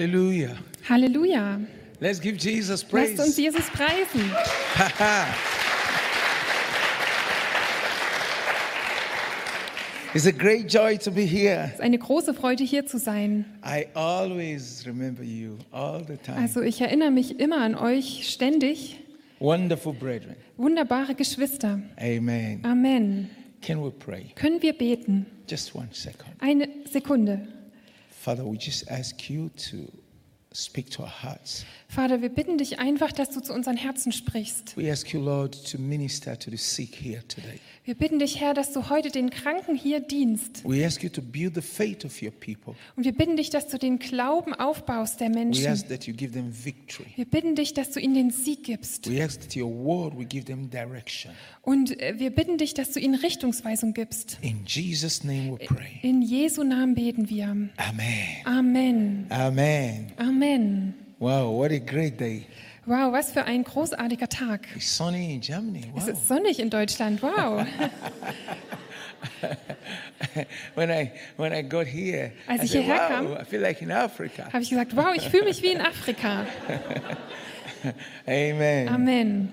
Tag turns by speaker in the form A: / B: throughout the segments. A: Hallelujah.
B: Halleluja.
A: Let's give Jesus
B: Lasst uns
A: praise.
B: Jesus preisen.
A: It's a great joy to be here.
B: Es ist eine große Freude, hier zu sein.
A: I always remember you all the time.
B: Also ich erinnere mich immer an euch ständig.
A: Wonderful brethren.
B: Wunderbare Geschwister.
A: Amen.
B: Amen.
A: Can we pray?
B: Können wir beten?
A: Just one second.
B: Eine Sekunde.
A: Father, we just ask you to speak to our hearts.
B: Vater, wir bitten dich einfach, dass du zu unseren Herzen sprichst.
A: We ask you, Lord, to minister to the sick here today.
B: Wir bitten dich, Herr, dass du heute den Kranken hier dienst.
A: We ask you to build the faith of your people.
B: Und wir bitten dich, dass du den Glauben aufbaust der
A: We
B: Menschen.
A: ask that you give them victory.
B: Wir bitten dich, dass du ihnen den Sieg gibst.
A: We ask that your word will give them direction.
B: Und äh, wir bitten dich, dass du ihnen Richtungsweisung gibst.
A: In Jesus' name we pray.
B: In Jesu Namen beten wir.
A: Amen.
B: Amen.
A: Amen.
B: Amen.
A: Wow, what a great day.
B: Wow, was für ein großartiger Tag.
A: It's sunny in Germany.
B: Es
A: Wow.
B: ist sonnig in Deutschland. Wow.
A: When I when I got here,
B: Als
A: I
B: ich
A: said,
B: hierher
A: wow,
B: kam-
A: I feel like in Africa.
B: Habe ich gesagt, wow, ich fühle mich wie in Afrika.
A: Amen.
B: Amen.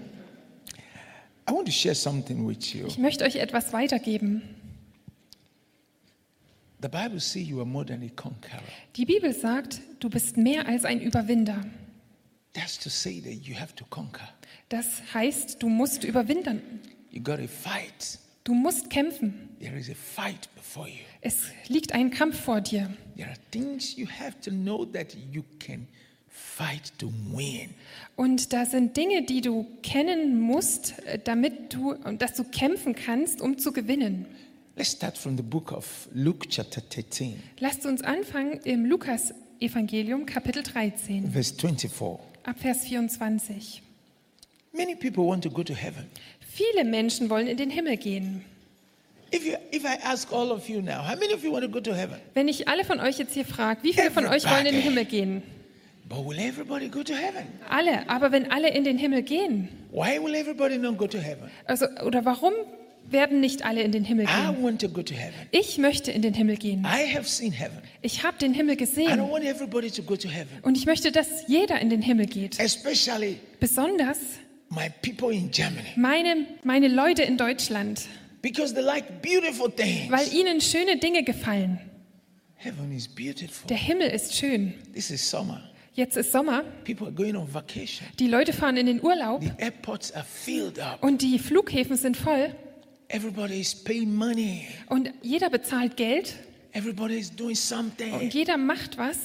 A: I want to share something with you.
B: Ich möchte euch etwas weitergeben.
A: The Bible says you are more than a conqueror.
B: Die Bibel sagt, du bist mehr als ein Überwinder.
A: That's to say that you have to conquer.
B: Das heißt, du musst überwintern.
A: You got to fight.
B: Du musst kämpfen.
A: There is a fight before you.
B: Es liegt ein Kampf vor dir.
A: There are things you have to know that you can fight to win.
B: Und da sind Dinge, die du kennen musst, äh, damit du, und dass du kämpfen kannst, um zu gewinnen.
A: Let's start from the book of Luke, chapter 13,
B: Lasst uns anfangen im Lukas-Evangelium, Kapitel 13,
A: verse 24.
B: ab Vers 24.
A: Many people want to go to heaven.
B: Viele Menschen wollen in den Himmel gehen.
A: If, you, if I ask all of you now, how many of you want to go to heaven?
B: Wenn ich alle von euch jetzt hier frage, wie viele von euch wollen in den Himmel gehen?
A: But will everybody go to heaven?
B: Alle, aber wenn alle in den Himmel gehen,
A: Why will everybody not go to heaven?
B: also oder warum werden nicht alle in den Himmel
A: I
B: gehen?
A: want to go to heaven.
B: Ich möchte in den Himmel gehen.
A: I have seen heaven.
B: Ich habe den Himmel
A: I
B: gesehen
A: don't want everybody to go to heaven,
B: und ich möchte, dass jeder in den Himmel geht.
A: especially
B: Besonders
A: my people in Germany,
B: meine, meine Leute in Deutschland,
A: because they like beautiful
B: weil
A: things.
B: ihnen schöne Dinge gefallen.
A: Heaven is beautiful.
B: Der Himmel ist schön.
A: This is summer.
B: Jetzt ist Sommer,
A: People are going on vacation.
B: die Leute fahren in den Urlaub
A: The airports are filled up.
B: und die Flughäfen sind voll
A: Everybody is paying money.
B: und jeder bezahlt Geld
A: Everybody is doing
B: und
A: something.
B: jeder macht was.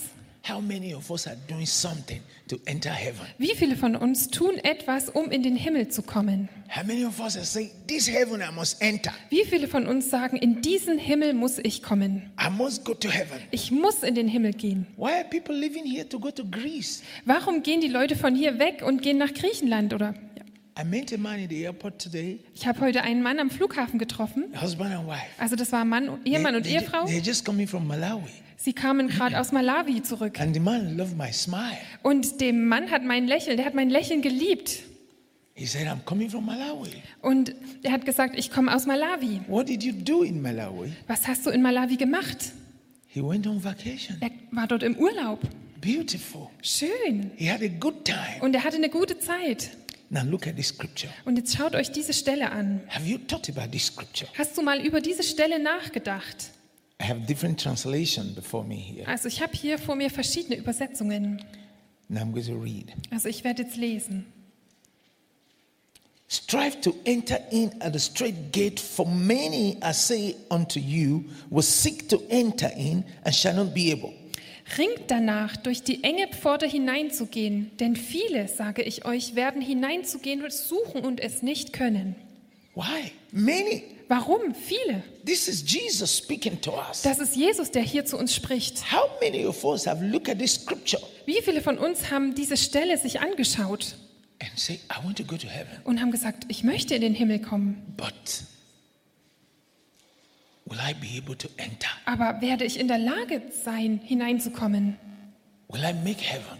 A: How many of us are doing something to enter heaven?
B: Wie viele von uns tun etwas, um in den Himmel zu kommen?
A: How many of us are saying, This heaven I must enter?
B: Wie viele von uns sagen, in diesen Himmel muss ich kommen?
A: I must go to heaven.
B: Ich muss in den Himmel gehen.
A: Why are people leaving here to go to Greece?
B: Warum gehen die Leute von hier weg und gehen nach Griechenland? Oder Ja.
A: I met a man in the airport today,
B: ich habe heute einen Mann am Flughafen getroffen.
A: husband and wife.
B: Also das war Mann, Ehemann und Ehefrau.
A: They're just coming from Malawi.
B: Sie kamen gerade aus Malawi zurück.
A: And the man loved my smile.
B: Und dem Mann hat mein Lächeln, der hat mein Lächeln geliebt.
A: He said, I'm coming from Malawi.
B: Und er hat gesagt, ich komme aus Malawi.
A: What did you do in Malawi?
B: Was hast du in Malawi gemacht?
A: He went on vacation.
B: Er war dort im Urlaub.
A: Beautiful.
B: Schön.
A: He had a good time.
B: Und er hatte eine gute Zeit.
A: Now look at this scripture.
B: Und jetzt schaut euch diese Stelle an.
A: Have you thought about this scripture?
B: Hast du mal über diese Stelle nachgedacht?
A: I have different translation before me here.
B: Also ich habe hier vor mir verschiedene Übersetzungen.
A: Now I'm going to read.
B: Also ich werde jetzt lesen.
A: Strive to enter in at the straight gate, for many, I say unto you, will seek to enter in and shall not be able.
B: Ringt danach, durch die enge Pforte hineinzugehen, denn viele, sage ich euch, werden hineinzugehen und suchen und es nicht können.
A: Why? Many.
B: Warum viele?
A: This is Jesus speaking to us.
B: Das ist Jesus, der hier zu uns spricht.
A: How many of us have looked at this scripture
B: Wie viele von uns haben diese Stelle sich angeschaut
A: and say, I want to go to heaven,
B: und haben gesagt, ich möchte in den Himmel kommen,
A: but will I be able to enter?
B: aber werde ich in der Lage sein, hineinzukommen?
A: Will I make heaven?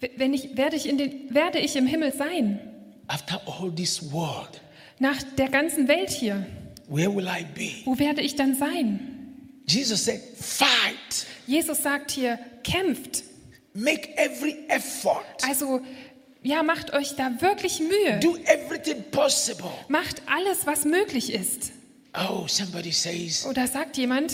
B: W- Wenn ich, werde, ich in den, werde ich im Himmel sein?
A: After all this world,
B: Nach der ganzen Welt hier?
A: where will I be?
B: Wo werde ich dann sein?
A: Jesus said, Fight.
B: Jesus sagt hier, kämpft.
A: Make every effort.
B: Also, ja, macht euch da wirklich Mühe.
A: Do everything possible.
B: Macht alles, was möglich ist.
A: Oh, somebody says,
B: Oder sagt jemand,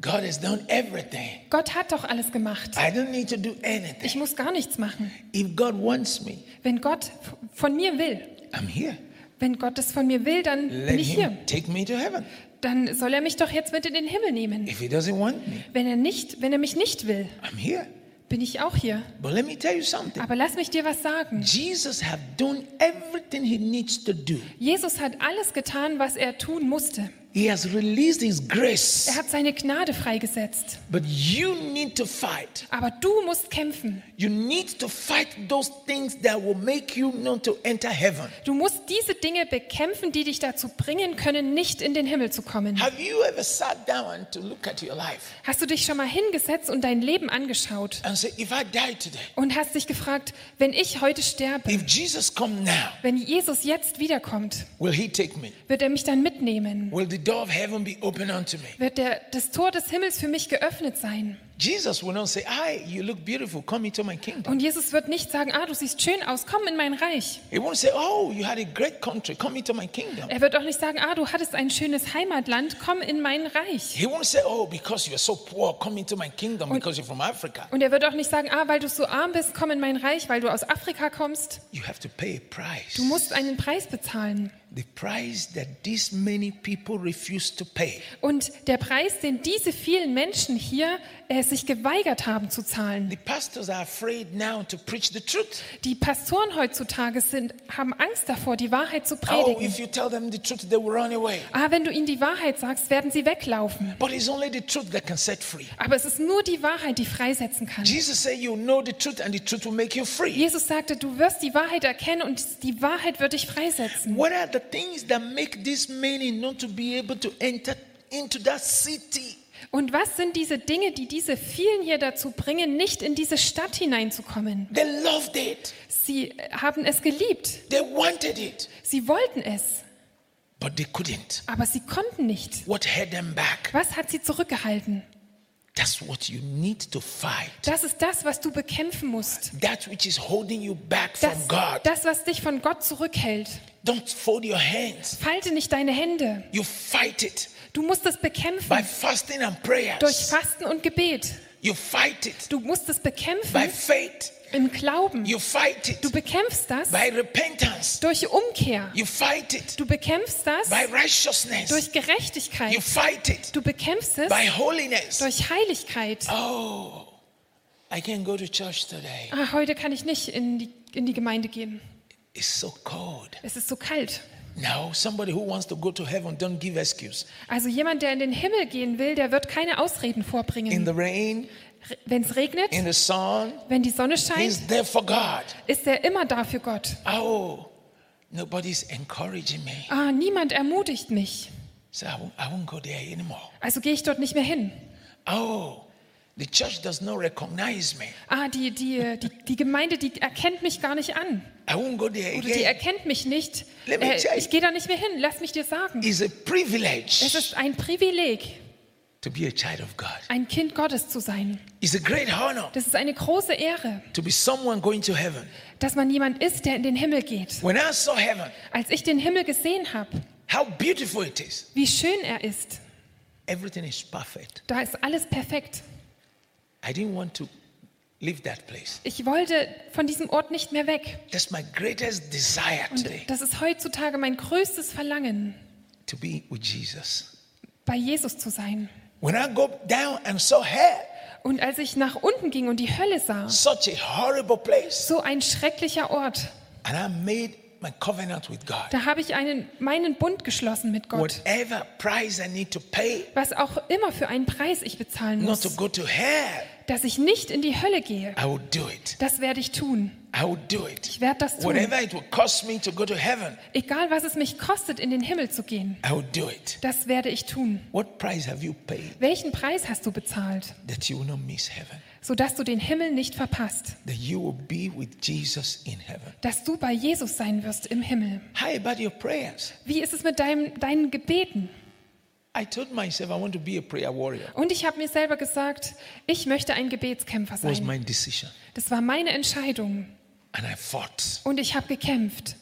A: God has done everything.
B: Gott hat doch alles gemacht.
A: I don't need to do anything.
B: Ich muss gar nichts machen.
A: If God wants me,
B: Wenn Gott f- von mir will,
A: I'm here.
B: wenn Gott es von mir will, dann bin
A: Let
B: ich
A: Him
B: hier.
A: take me to heaven.
B: Dann soll er mich doch jetzt mit in den Himmel nehmen.
A: If He doesn't want me,
B: Wenn er nicht, wenn er mich nicht will,
A: I'm here.
B: bin ich auch hier.
A: But let me tell you something.
B: Aber lass mich dir was sagen.
A: Jesus have done everything he needs to do.
B: Jesus hat alles getan, was er tun musste.
A: He has released his
B: Er
A: grace.
B: hat seine Gnade freigesetzt.
A: But you need to fight.
B: Aber du musst kämpfen.
A: You need to fight those things that will make you not to enter heaven.
B: Du musst diese Dinge bekämpfen, die dich dazu bringen können, nicht in den Himmel zu kommen.
A: Have you ever sat down to look at your life
B: Hast du dich schon mal hingesetzt und dein Leben angeschaut
A: and say, if I die today,
B: und hast dich gefragt, wenn ich heute sterbe,
A: if Jesus come now,
B: wenn Jesus jetzt wiederkommt,
A: will he take me?
B: wird er mich dann mitnehmen?
A: Will the door of heaven be open unto me?
B: Wird der, das Tor des Himmels für mich geöffnet sein?
A: Jesus will not say, hi, you look beautiful, come into my kingdom.
B: Und Jesus wird nicht sagen, ah, du siehst schön aus, komm in mein Reich.
A: He won't say, oh, you had a great country, come into my kingdom.
B: Er wird auch nicht sagen, ah, du hattest ein schönes Heimatland, komm in mein Reich.
A: He won't say, Oh, because you're so poor, come into my kingdom because you're from Africa.
B: Und er wird auch nicht sagen, ah, weil du so arm bist, komm in mein Reich, weil du aus Afrika kommst.
A: You have to pay a price.
B: Du musst einen Preis bezahlen.
A: The price that these many people refuse to pay.
B: Und der Preis, den diese vielen Menschen hier äh, sich geweigert haben zu zahlen.
A: The pastors are afraid now to preach the truth.
B: Die Pastoren heutzutage sind, haben Angst davor, die Wahrheit zu
A: Oh,
B: predigen.
A: if you tell them the truth, they will run away.
B: Ah, wenn du ihnen die Wahrheit sagst, werden sie weglaufen.
A: But it's only the truth that can set free.
B: Aber es ist nur die Wahrheit, die freisetzen kann.
A: Jesus said, You know the truth, and the truth will make you free.
B: Jesus sagte, du wirst die Wahrheit erkennen und die Wahrheit wird dich freisetzen.
A: What are the things that make these many not to be able to enter into that city?
B: Und was sind diese Dinge, die diese vielen hier dazu bringen, nicht in diese Stadt hineinzukommen?
A: They loved it,
B: Sie äh, haben es geliebt,
A: they wanted it,
B: sie wollten es,
A: but they couldn't.
B: aber sie konnten nicht.
A: What held them back?
B: Was hat sie zurückgehalten?
A: That's what you need to fight.
B: Das ist das, was du bekämpfen musst.
A: That which is holding you back from
B: Das,
A: God.
B: das was dich von Gott zurückhält.
A: Don't fold your hands.
B: Falte nicht deine Hände.
A: You fight it
B: Du musst es
A: by
B: bekämpfen
A: fasting and
B: durch
A: prayers.
B: Fasten und Gebet.
A: You fight it
B: Du musst es
A: by
B: bekämpfen
A: faith.
B: im Glauben.
A: You fight it
B: Du bekämpfst das
A: by repentance.
B: durch Umkehr.
A: You fight it
B: Du bekämpfst das
A: by righteousness.
B: durch
A: You
B: Gerechtigkeit.
A: fight it
B: Du bekämpfst es
A: by holiness.
B: durch Heiligkeit.
A: Oh, I can't go to church today.
B: Ah, heute kann ich nicht in die, in die Gemeinde gehen.
A: It's so cold.
B: Es ist so kalt.
A: No, somebody who wants to go to heaven, don't give excuse.
B: Also jemand, der in den Himmel gehen will, der wird keine Ausreden
A: In
B: vorbringen.
A: the rain,
B: Wenn es regnet,
A: in the sun,
B: wenn die Sonne scheint,
A: He's there for God.
B: ist er immer da für Gott.
A: Oh, nobody's encouraging me.
B: Ah, niemand ermutigt mich.
A: So I won't, I won't go there anymore.
B: Also gehe ich dort nicht mehr hin.
A: Oh, the church does not recognize me.
B: Ah, die, die, die, die Gemeinde, die erkennt mich gar nicht an.
A: I won't go there
B: Oder die
A: again.
B: erkennt mich nicht.
A: Let me check.
B: Äh, ich gehe da nicht mehr hin. Lass mich dir sagen.
A: It's a
B: Es
A: privilege
B: ist ein Privileg,
A: to be a child of God.
B: ein Kind Gottes zu sein.
A: It's a great honor
B: Das ist eine große Ehre,
A: to be someone going to heaven.
B: dass man jemand ist, der in den Himmel geht.
A: When I saw heaven,
B: Als ich den Himmel gesehen habe,
A: how beautiful it is.
B: wie schön er ist,
A: Everything is perfect.
B: da ist alles perfekt.
A: I didn't want to leave that place.
B: Ich wollte von diesem Ort nicht mehr weg.
A: That's my greatest desire
B: Und
A: today
B: das ist heutzutage mein größtes Verlangen,
A: to be with Jesus.
B: bei Jesus zu sein.
A: When I go down and saw hell,
B: Und als ich nach unten ging und die Hölle sah,
A: such a horrible place.
B: so ein schrecklicher Ort,
A: And I made my covenant with God.
B: da habe ich einen, meinen Bund geschlossen mit Gott.
A: Whatever price I need to pay
B: Was auch immer für einen Preis ich bezahlen
A: not to
B: muss,
A: go to hell,
B: dass ich nicht in die Hölle gehe,
A: I will do it.
B: das werde ich tun.
A: I will do it.
B: Ich werde das
A: Whatever
B: tun.
A: it will cost me to go to heaven,
B: Egal was es mich kostet, in den Himmel zu gehen,
A: I will do it.
B: das werde ich tun.
A: What price have you paid
B: Welchen Preis hast du bezahlt,
A: that you will not miss heaven?
B: sodass du den Himmel nicht verpasst?
A: That you will be with Jesus in heaven.
B: dass du bei Jesus sein wirst im Himmel.
A: How about your prayers?
B: Wie ist es mit deinem, deinen Gebeten?
A: I told myself I want to be a prayer warrior.
B: Und ich habe mir selber gesagt, ich möchte ein Gebetskämpfer
A: It was
B: sein.
A: my decision.
B: Das war meine Entscheidung.
A: And I fought.
B: Und ich habe gekämpft.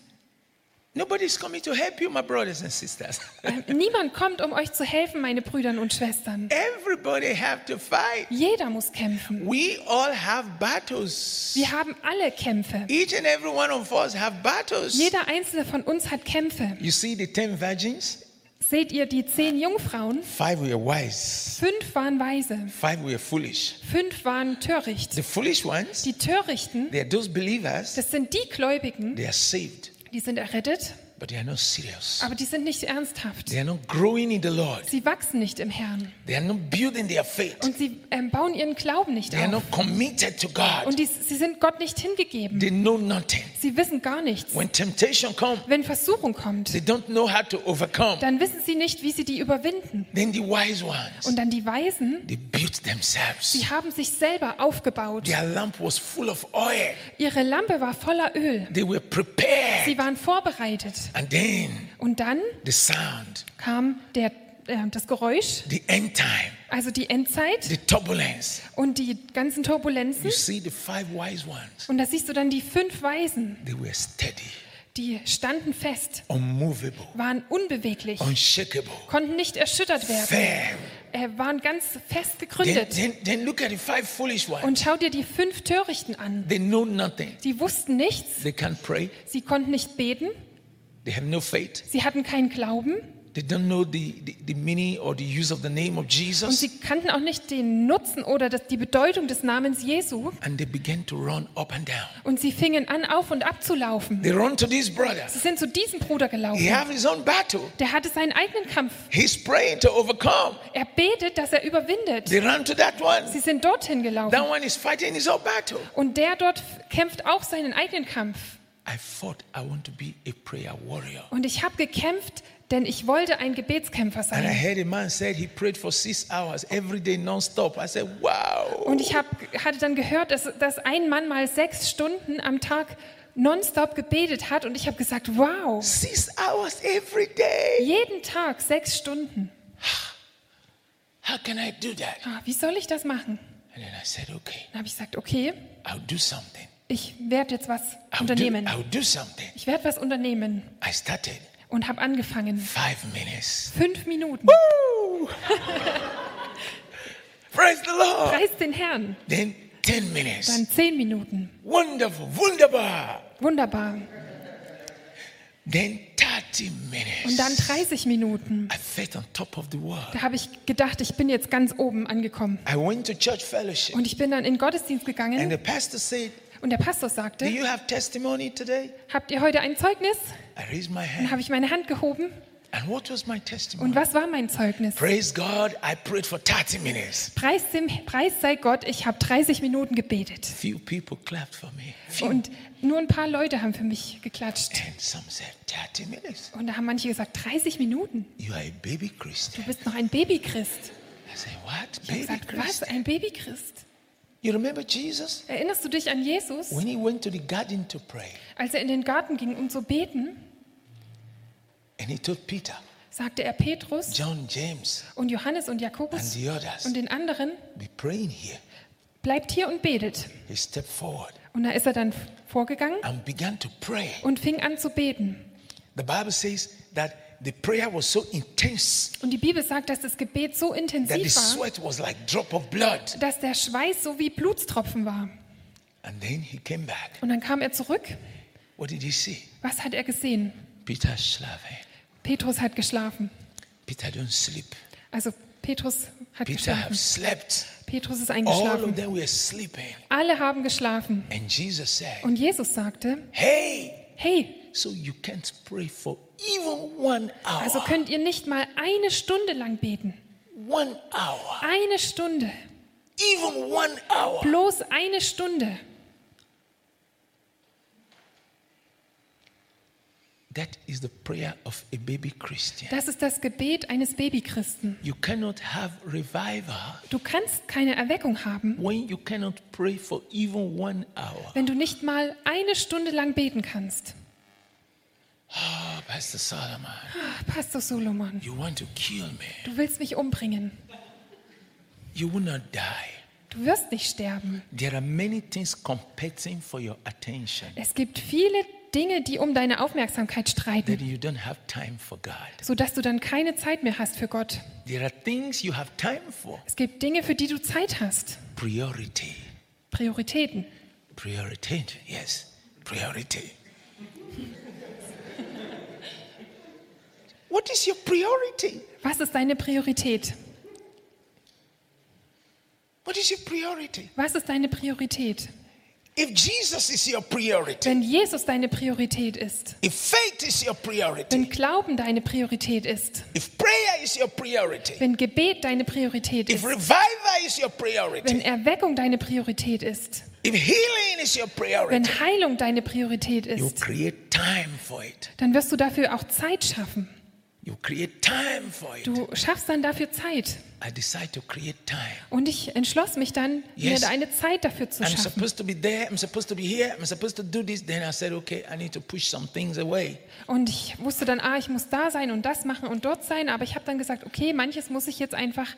A: Nobody's coming to help you, my brothers and sisters.
B: Ähm, Niemand kommt, um euch zu helfen, meine Brüder und Schwestern.
A: Everybody have to fight.
B: Jeder muss kämpfen.
A: We all have battles.
B: Wir haben alle Kämpfe.
A: Each and every one of us have battles.
B: Jeder einzelne von uns hat Kämpfe.
A: You see the ten virgins?
B: Seht ihr die zehn Jungfrauen?
A: Five were wise,
B: Fünf waren weise,
A: five were foolish.
B: fünf waren töricht.
A: The foolish ones,
B: Die Törichten,
A: they are those believers,
B: das sind die Gläubigen,
A: they are saved,
B: die sind errettet,
A: but they are not serious.
B: aber die sind nicht ernsthaft.
A: They are not growing in the Lord.
B: Sie wachsen nicht im Herrn
A: They are not building their faith.
B: und sie ähm, bauen ihren Glauben nicht
A: They are
B: auf.
A: not committed to God.
B: Und die, sie sind Gott nicht hingegeben.
A: They know nothing.
B: Sie wissen gar nichts.
A: When temptation comes,
B: Wenn Versuchung kommt,
A: they don't know how to overcome.
B: dann wissen sie nicht, wie sie die überwinden.
A: Then the wise ones,
B: Und dann die Weisen,
A: they built themselves.
B: die haben sich selber aufgebaut.
A: Their lamp was full of oil.
B: Ihre Lampe war voller Öl.
A: They were prepared.
B: Sie waren vorbereitet.
A: And then
B: Und dann
A: the sound,
B: kam der, äh, das Geräusch,
A: the end time,
B: also die Endzeit
A: the turbulence.
B: und die ganzen Turbulenzen.
A: You see the five wise ones,
B: Und da siehst du dann die fünf Weisen,
A: they were steady,
B: die standen fest,
A: unmovable,
B: waren unbeweglich,
A: Oh. unshakable,
B: konnten nicht erschüttert werden,
A: firm.
B: äh, waren ganz fest
A: Then,
B: gegründet.
A: then, then look at the five foolish ones.
B: Und schau dir die fünf Törichten an.
A: They know nothing.
B: Sie wussten nichts,
A: They can't pray.
B: sie konnten nicht beten,
A: They have no faith.
B: sie hatten keinen Glauben
A: They don't know the, the, the meaning or the use of the name of
B: und
A: Jesus.
B: sie kannten auch nicht den Nutzen oder das, die Bedeutung des Namens Jesu.
A: And they began to run up and down.
B: Und sie fingen an, auf und ab zu laufen.
A: They run to this brother.
B: Sie sind zu diesem Bruder
A: He
B: gelaufen.
A: have his own battle.
B: Der hatte seinen eigenen Kampf
A: He's praying to overcome.
B: Er betet, dass er überwindet.
A: They run to that one.
B: Sie sind dorthin gelaufen.
A: That one is fighting his own battle.
B: Und der dort kämpft auch seinen eigenen Kampf.
A: I fought. I want to be a prayer warrior.
B: Und ich habe gekämpft, denn ich wollte ein Gebetskämpfer
A: And I
B: sein.
A: heard a man said he prayed for six hours every day non-stop. I said, wow.
B: Und ich hab, hatte dann gehört, dass, dass ein Mann mal sechs Stunden am Tag nonstop gebetet hat. Und ich habe gesagt, wow,
A: Six hours every day.
B: jeden Tag sechs Stunden.
A: How can I do that?
B: Ah, wie soll ich das machen?
A: And then I said, okay,
B: Dann habe ich gesagt, okay,
A: I'll do something.
B: ich werde jetzt was
A: I'll do,
B: unternehmen.
A: I'll do something.
B: Ich werde was unternehmen
A: I started
B: und habe angefangen.
A: five minutes.
B: Fünf Minuten.
A: Woo! Praise the Lord.
B: Preis den Herrn.
A: Then 10 minutes.
B: Dann zehn Minuten.
A: Wonderful, wunderbar.
B: Wunderbar.
A: Then 30
B: Und dann
A: minutes.
B: 30 Minuten.
A: I felt on top of the world.
B: Da habe ich gedacht, ich bin jetzt ganz oben angekommen.
A: I went to church fellowship.
B: Und ich bin dann in den Gottesdienst
A: And
B: gegangen
A: the pastor said,
B: und der Pastor
A: Do
B: sagte,
A: you have testimony today?
B: habt ihr heute ein Zeugnis?
A: I raised my
B: Dann
A: hand.
B: habe ich meine Hand gehoben.
A: And what was my
B: Und
A: testimony?
B: was war mein Zeugnis?
A: Praise God, I prayed for 30 minutes.
B: Preis, dem, Preis sei Gott, ich habe 30 Minuten gebetet.
A: Few people clapped for me. Few.
B: Und nur ein paar Leute haben für mich geklatscht.
A: And some said, 30 minutes.
B: Und da haben manche gesagt, 30 Minuten?
A: You are a baby Christian.
B: Du bist noch ein Babychrist.
A: I said, What?
B: Ich habe
A: Baby
B: gesagt, was?
A: Christian?
B: Ein Babychrist?
A: You remember Jesus?
B: Erinnerst du dich an Jesus,
A: When he went to the garden to pray,
B: als er in den Garten ging, um zu beten?
A: and he told Peter,
B: Sagte er Petrus,
A: John, James,
B: und Johannes und
A: and
B: Jakobus
A: the others,
B: und den anderen,
A: be praying here.
B: bleibt hier und betet.
A: He stepped forward
B: Und da ist er dann vorgegangen
A: and began to pray.
B: und fing an zu beten.
A: The Bible says that the prayer was so intense
B: Und die Bibel sagt, dass das Gebet so
A: that the
B: intensiv war,
A: sweat was like drop of blood.
B: dass der Schweiß so wie Blutstropfen war.
A: And then he came back.
B: Und dann kam er zurück.
A: What did he see?
B: Was hat er gesehen?
A: Peter schlafen.
B: Petrus hat geschlafen.
A: Peter don't sleep.
B: Also Petrus hat
A: Peter have
B: geschlafen.
A: slept.
B: Petrus ist
A: All of
B: eingeschlafen.
A: them were sleeping.
B: Alle haben geschlafen.
A: And Jesus said,
B: Und Jesus sagte,
A: Hey,
B: hey,
A: so you can't pray for even one
B: also
A: hour.
B: könnt ihr nicht mal eine Stunde lang beten.
A: One hour.
B: Eine Stunde.
A: Even one hour.
B: Bloß eine Stunde.
A: That is the prayer of a baby Christian.
B: Das ist das Gebet eines Babychristen.
A: You cannot have revival
B: Du kannst keine Erweckung haben,
A: when you cannot pray for even one hour.
B: wenn du nicht mal eine Stunde lang beten kannst.
A: Oh, Pastor Solomon,
B: Ach, Pastor Solomon,
A: you want to kill me.
B: du willst mich umbringen.
A: You will not die.
B: Du wirst nicht sterben.
A: There are many things competing for your attention
B: Es gibt viele Dinge, die um deine Aufmerksamkeit
A: that
B: streiten,
A: you don't have time for God.
B: sodass du dann keine Zeit mehr hast für Gott.
A: There are things you have time for.
B: Es gibt Dinge, für die du Zeit hast.
A: Priority.
B: Prioritäten.
A: Priority. Yes. Priority. what is your priority?
B: Was ist deine Priorität?
A: What is your priority?
B: Was ist deine Priorität?
A: If Jesus is your priority,
B: Wenn Jesus deine Priorität ist,
A: if faith is your priority,
B: wenn Glauben deine Priorität ist,
A: if prayer is your priority,
B: wenn Gebet deine Priorität
A: if
B: ist,
A: revival is your
B: wenn
A: priority,
B: Erweckung deine Priorität ist,
A: if healing is your
B: wenn
A: priority,
B: Heilung deine Priorität
A: you
B: ist,
A: create time for it.
B: dann wirst du dafür auch Zeit schaffen.
A: You create time for it.
B: Du schaffst dann dafür Zeit.
A: I decide to create time.
B: Und ich entschloss mich dann,
A: Yes.
B: mir eine Zeit dafür zu
A: I'm
B: schaffen.
A: supposed to be there. I'm supposed to be here. I'm supposed to do this. Then I said, okay, I need to push some things away.
B: Und ich wusste dann, ah, ich muss da sein und das machen und dort sein. Aber ich habe dann gesagt, okay, manches muss ich jetzt einfach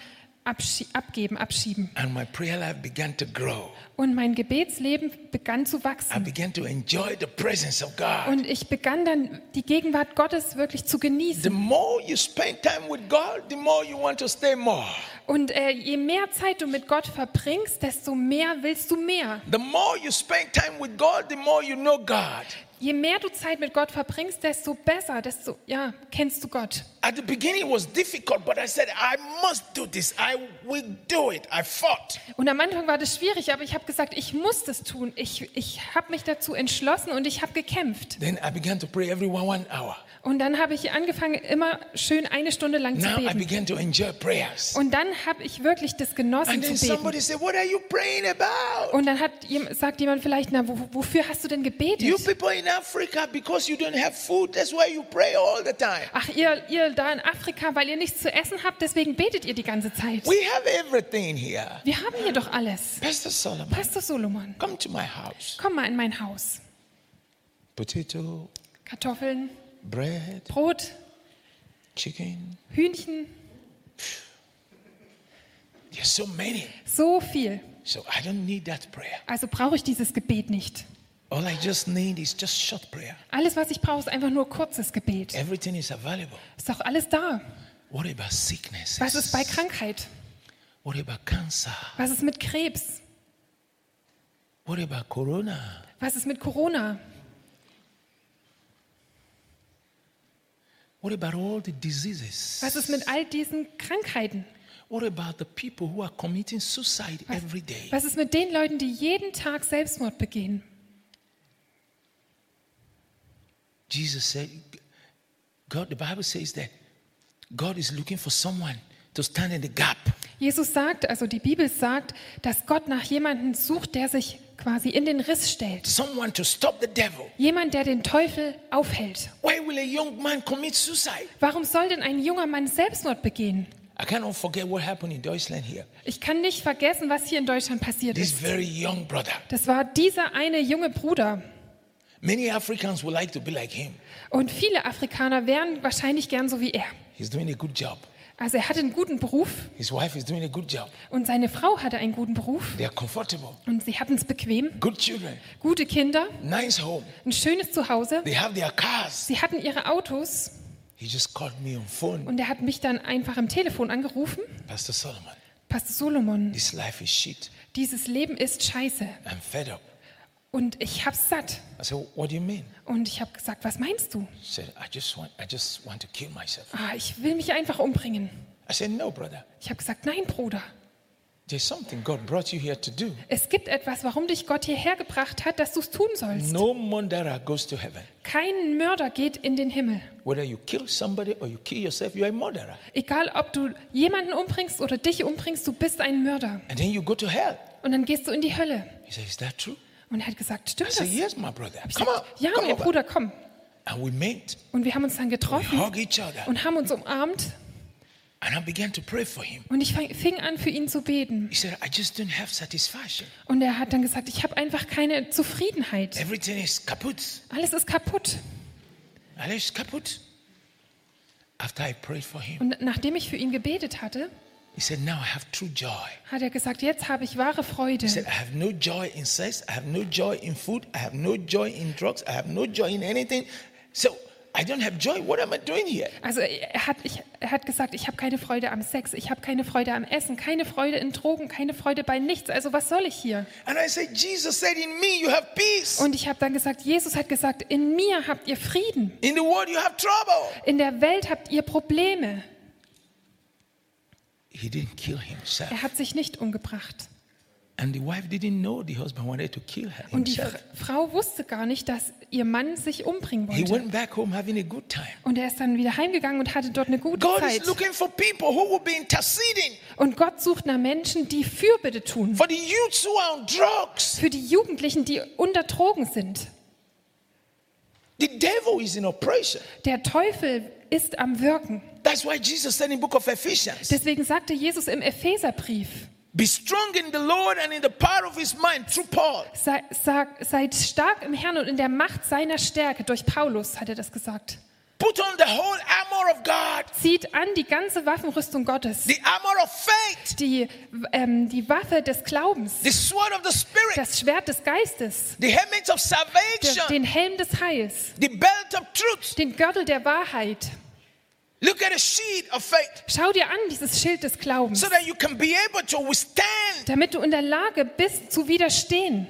B: abschie abgeben, abschieben.
A: And my prayer life began to grow.
B: Und mein Gebetsleben begann zu
A: I
B: wachsen.
A: began to enjoy the presence of God.
B: Und ich begann dann, die Gegenwart Gottes wirklich zu
A: The
B: genießen.
A: more you spend time with God, the more you want to stay more.
B: Und äh, je mehr Zeit du mit Gott verbringst, desto mehr willst du mehr.
A: The more you spend time with God, the more you know God.
B: Je mehr du Zeit mit Gott verbringst, desto besser, desto, ja, kennst du Gott.
A: At the beginning, it was difficult, but I said, I must do this. I will do it. I fought.
B: Und am Anfang war das schwierig, aber ich habe gesagt, ich muss das tun. Ich, ich habe mich dazu entschlossen und ich habe gekämpft.
A: Then I began to pray every one, one hour.
B: Und dann habe ich angefangen, immer schön eine Stunde lang zu
A: Now I
B: beten.
A: began to enjoy prayers.
B: Und dann habe ich wirklich das genossen
A: And then
B: zu beten.
A: somebody said, What are you praying about?
B: Und dann hat, jem- sagt jemand vielleicht, na, wo, wofür hast du denn
A: You
B: gebetet?
A: people in Africa, because you don't have food, that's why you pray all the time.
B: Ach, ihr, ihr da in Afrika, weil ihr nichts zu essen habt, deswegen betet ihr die ganze Zeit.
A: We have everything here.
B: Wir haben hier doch alles.
A: Pastor Solomon,
B: Pastor Solomon,
A: come to my house.
B: komm mal in mein Haus.
A: Potato,
B: Kartoffeln,
A: bread,
B: Brot,
A: chicken.
B: Hühnchen,
A: There's so many.
B: so viel.
A: So I don't need that prayer.
B: Also brauche ich dieses Gebet nicht.
A: All I just need is just short prayer.
B: Alles, was ich brauche, ist einfach nur kurzes Gebet.
A: Everything is available.
B: Ist doch alles da.
A: What about sickness?
B: Was ist bei Krankheit?
A: What about cancer?
B: Was ist mit Krebs?
A: What about corona?
B: Was ist mit Corona?
A: What about all the diseases?
B: Was ist mit all diesen Krankheiten?
A: What about the people who are committing suicide every day?
B: Was ist mit den Leuten, die jeden Tag Selbstmord begehen?
A: Jesus said, God, the Bible says that God is looking for someone to stand in the gap.
B: Jesus sagt, also die Bibel sagt, dass Gott nach jemandem sucht, der sich quasi in den Riss stellt.
A: Someone to stop the devil.
B: Jemand, der den Teufel aufhält.
A: Why will a young man commit suicide?
B: Warum soll denn ein junger Mann Selbstmord begehen?
A: I cannot forget what happened in Deutschland here.
B: Ich kann nicht vergessen, was hier in Deutschland passiert
A: This
B: ist.
A: very young brother.
B: Das war dieser eine junge Bruder.
A: Many Africans would like to be like him.
B: Und viele Afrikaner wären wahrscheinlich gern so wie er.
A: He's doing a good job.
B: Also er hatte einen guten Beruf
A: His wife is doing a good job.
B: und seine Frau hatte einen guten Beruf
A: They are comfortable.
B: und sie hatten es bequem,
A: Good children.
B: gute Kinder,
A: Nice home.
B: ein schönes Zuhause.
A: They have their cars.
B: Sie hatten ihre Autos
A: He just called me on phone.
B: und er hat mich dann einfach am Telefon angerufen.
A: Pastor Solomon,
B: Pastor Solomon,
A: this life is shit.
B: dieses Leben ist scheiße
A: I'm fed up.
B: und ich hab's satt.
A: I said, what do you mean?
B: Und ich habe gesagt, was meinst du?
A: He said, I just want, I just want to kill myself.
B: Ah, ich will mich einfach umbringen.
A: I said, no, brother.
B: Ich habe gesagt, nein, Bruder.
A: There's something God brought you here to do.
B: Es gibt etwas, warum dich Gott hierher gebracht hat, dass du es tun sollst.
A: No murderer goes to heaven.
B: Kein Mörder geht in den Himmel.
A: Whether you kill somebody or you kill yourself, you're a murderer.
B: Egal, ob du jemanden umbringst oder dich umbringst, du bist ein Mörder.
A: And then you go to hell.
B: Und dann gehst du in die Hölle.
A: He said, is that true?
B: Und er hat gesagt,
A: I
B: stimmt das?
A: said,
B: Ich
A: yes, my brother. Come on.
B: gesagt, ja,
A: come
B: mein
A: over."
B: Bruder, komm.
A: And we met.
B: Und wir haben uns dann
A: We
B: getroffen
A: hug each other.
B: und haben uns umarmt.
A: And I began to pray for him.
B: Und ich fang- fing an, für ihn zu beten.
A: He said, I just don't have satisfaction.
B: Und er hat dann gesagt, ich habe einfach keine Zufriedenheit.
A: Everything is kaput.
B: Alles ist kaputt.
A: Alles ist kaputt. After I prayed for him,
B: Und nachdem ich für ihn gebetet hatte,
A: he said, Now I have true joy.
B: hat er gesagt, jetzt habe ich wahre Freude.
A: He said, I have no joy in sex. I have no joy in food. I have no joy in drugs. I have no joy in anything. So I don't have joy. What am I doing here?
B: Also er hat, ich, er hat gesagt, ich habe keine Freude am Sex, ich habe keine Freude am Essen, keine Freude in Drogen, keine Freude bei nichts. Also was soll ich hier?
A: And I said, Jesus said, In me you have peace.
B: Und ich habe dann gesagt, Jesus hat gesagt, in mir habt ihr Frieden,
A: In the world you have trouble.
B: in der Welt habt ihr Probleme.
A: He didn't kill himself.
B: Er hat sich nicht umgebracht.
A: And the wife didn't know the husband wanted to kill her
B: Und die
A: himself.
B: Fr- Frau wusste gar nicht, dass ihr Mann sich umbringen
A: He
B: wollte.
A: went back home having a good time.
B: Und er ist dann wieder heimgegangen und hatte dort eine gute
A: God
B: Zeit.
A: is looking for people who will be interceding
B: Und Gott sucht nach Menschen, die Fürbitte tun.
A: for the youths who are on drugs.
B: Für die Jugendlichen, die unter Drogen sind.
A: The devil is in operation.
B: Der Teufel ist am Wirken.
A: That's why Jesus said in the book of Ephesians,
B: Deswegen sagte Jesus im Epheserbrief,
A: Be strong in the Lord and in the power of his mind through Paul.
B: sei, sag, seid stark im Herrn und in der Macht seiner Stärke. Durch Paulus hat er das gesagt.
A: Put on the whole armor of God,
B: Zieht an die ganze Waffenrüstung Gottes,
A: the armor of faith,
B: die, ähm, die Waffe des Glaubens,
A: the sword of the Spirit,
B: das Schwert des Geistes,
A: the helmet of
B: der,
A: salvation,
B: den Helm des Heils,
A: the belt of truth.
B: den Gürtel der Wahrheit.
A: Look at the shield of faith
B: Schau dir an, dieses Schild des Glaubens,
A: so that you can be able to withstand.
B: damit du in der Lage bist, zu widerstehen.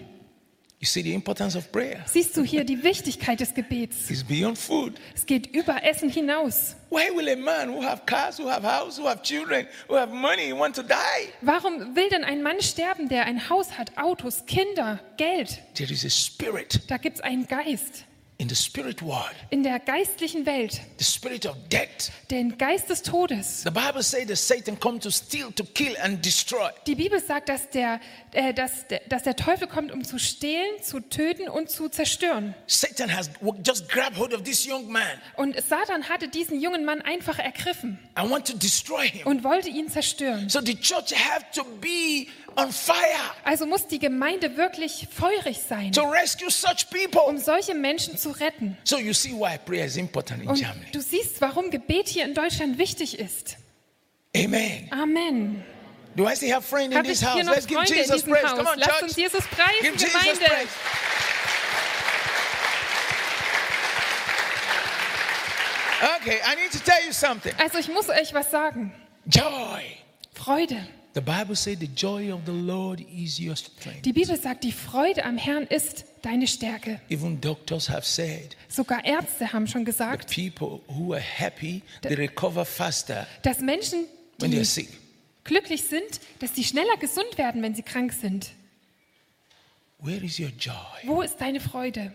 A: You see, the importance of prayer
B: Siehst du hier die Wichtigkeit des Gebets?
A: is beyond food.
B: Es geht über Essen hinaus.
A: Why will a man who have cars, who have house, who have children, who have money want to die?
B: Warum will denn ein Mann sterben, der ein Haus hat, Autos, Kinder, Geld?
A: There is a spirit
B: Da gibt es einen Geist
A: in the spirit world,
B: in der geistlichen Welt,
A: the spirit of death.
B: den Geist des Todes.
A: The Bible says that Satan come to steal, to kill, and destroy.
B: Die Bibel sagt, dass der, äh, dass, der- dass der Teufel kommt, um zu stehlen, zu töten und zu zerstören.
A: Satan has w- just grabbed hold of this young man.
B: Und Satan hatte diesen jungen Mann einfach ergriffen
A: I want to destroy him.
B: und wollte ihn zerstören.
A: So the church have to be on fire
B: Also muss die Gemeinde wirklich feurig sein,
A: to rescue such
B: um
A: people.
B: solche Menschen zu retten.
A: So you see why prayer is important in
B: Und
A: Germany.
B: du siehst, warum Gebet hier in Deutschland wichtig ist.
A: Amen.
B: Amen.
A: Do I still have friend in
B: Habe
A: this
B: ich hier
A: house?
B: noch
A: Let's give
B: Freunde in
A: Jesus
B: diesem
A: praise. Come
B: Haus?
A: on,
B: Lasst uns
A: church.
B: Jesus
A: Give
B: preisen,
A: Jesus
B: Gemeinde.
A: praise. Okay, I need to tell you something.
B: Also ich muss euch was sagen.
A: Joy.
B: Freude.
A: The Bible says the joy of the Lord is your strength.
B: Die Bibel sagt, die Freude am Herrn ist deine Stärke.
A: Even doctors have said
B: Sogar Ärzte haben schon
A: that
B: gesagt,
A: people who are happy, they recover faster
B: dass Menschen,
A: when they're
B: die
A: sick.
B: glücklich sind, dass sie schneller gesund werden, wenn sie krank sind.
A: Where is your joy?
B: Wo ist deine Freude?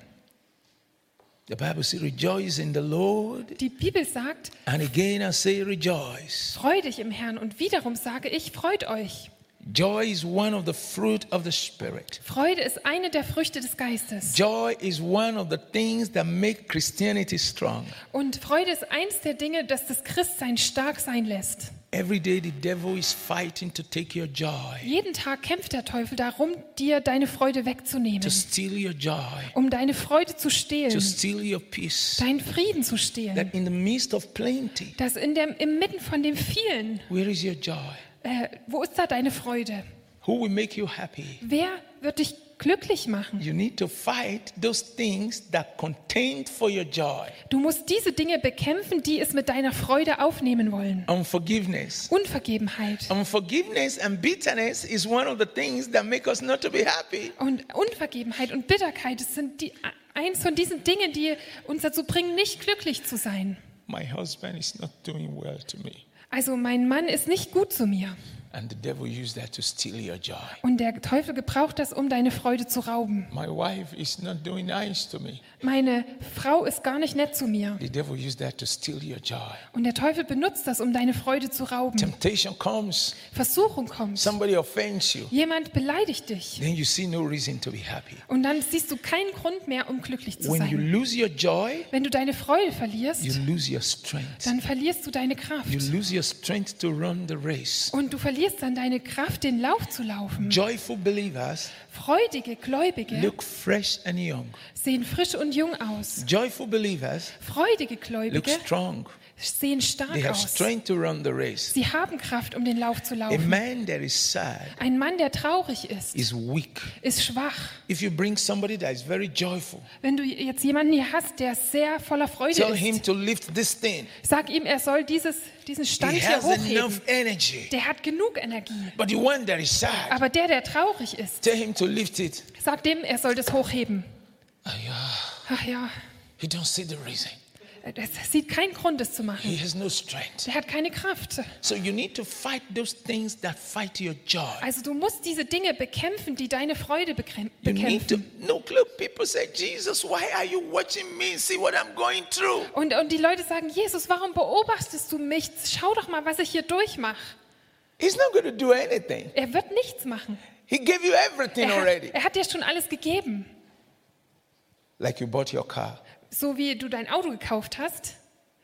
A: The Bible says, rejoice in the Lord.
B: Die Bibel sagt,
A: And again, I say, rejoice.
B: freut dich im Herrn. Und wiederum sage ich, freut euch.
A: Joy is one of the fruit of the Spirit.
B: Freude ist eine der Früchte des Geistes.
A: Joy is one of the things that make Christianity strong.
B: Und Freude ist eins der Dinge, das das Christsein stark sein lässt.
A: Every day, the devil is fighting to take your joy,
B: Jeden Tag kämpft der Teufel darum, dir deine Freude
A: to
B: wegzunehmen,
A: steal your joy,
B: um deine Freude zu
A: to
B: stehlen,
A: steal your peace.
B: deinen Frieden zu stehlen.
A: That in the midst of plenty,
B: Dass in dem, im Mitten von dem vielen,
A: where is your joy?
B: äh, wo ist da deine Freude?
A: Who will make you happy?
B: Wer wird dich glücklich machen?
A: You need to fight those things that contend for your joy.
B: Du musst diese Dinge bekämpfen, die es mit deiner Freude aufnehmen wollen.
A: Unforgiveness,
B: Unvergebenheit.
A: Unforgiveness and bitterness is one of the things that make us not to be happy.
B: Und Unvergebenheit und Bitterkeit das sind die, eins von diesen Dingen, die uns dazu bringen, nicht glücklich zu sein.
A: My husband is not doing well to me.
B: Also mein Mann ist nicht gut zu mir.
A: And the devil used that to steal your joy.
B: Und der Teufel gebraucht das, um deine Freude zu rauben.
A: My wife is not doing nice to me.
B: Meine Frau ist gar nicht nett zu mir.
A: The devil used that to steal your joy.
B: Und der Teufel benutzt das, um deine Freude zu rauben.
A: Temptation comes,
B: Versuchung kommt.
A: somebody offends you.
B: Jemand beleidigt dich.
A: Then you see no reason to be happy.
B: Und dann siehst du keinen Grund mehr, um glücklich zu
A: When you
B: sein.
A: lose your joy,
B: Wenn du deine Freude
A: you
B: verlierst,
A: lose your strength.
B: dann verlierst du deine Kraft.
A: You lose your strength to run the race.
B: Und du verlierst dann deine Kraft, den Lauf zu laufen.
A: Joyful believers
B: Freudige Gläubige
A: look fresh and young.
B: sehen frisch und jung aus.
A: Joyful believers
B: Freudige
A: look
B: Gläubige
A: strong.
B: sehen
A: They
B: stark
A: have
B: aus.
A: strength to run the race.
B: Sie haben Kraft, um den Lauf zu
A: A
B: laufen.
A: man that is sad
B: Ein Mann, der traurig ist,
A: is weak.
B: ist schwach.
A: If you bring somebody that is very joyful,
B: Wenn du jetzt jemanden hier hast, der sehr voller Freude
A: tell him
B: ist,
A: to lift this thing.
B: sag ihm, er soll dieses, diesen
A: He
B: Stand hier
A: has
B: hochheben.
A: enough energy.
B: Der hat genug Energie.
A: But the one that is sad,
B: Aber der, der traurig ist,
A: tell him to lift it.
B: sag dem, er soll das hochheben.
A: Aiyah,
B: Ach ja,
A: he don't see the reason.
B: das sieht keinen Grund, das zu machen.
A: He has no strength.
B: Der hat keine Kraft.
A: So you need to fight those things that fight your joy.
B: Also du musst diese Dinge bekämpfen, die deine Freude bekämp-
A: You need to
B: bekämpfen.
A: look. Look, people say, Jesus, why are you watching me? See what I'm going through.
B: Und, und die Leute sagen, Jesus, warum beobachtest du mich? Schau doch mal, was ich hier durchmache.
A: He's not going to do anything.
B: Er wird nichts machen.
A: He gave you everything
B: Er hat,
A: already.
B: er hat dir schon alles gegeben.
A: Like you bought your car,
B: So wie du dein Auto gekauft hast,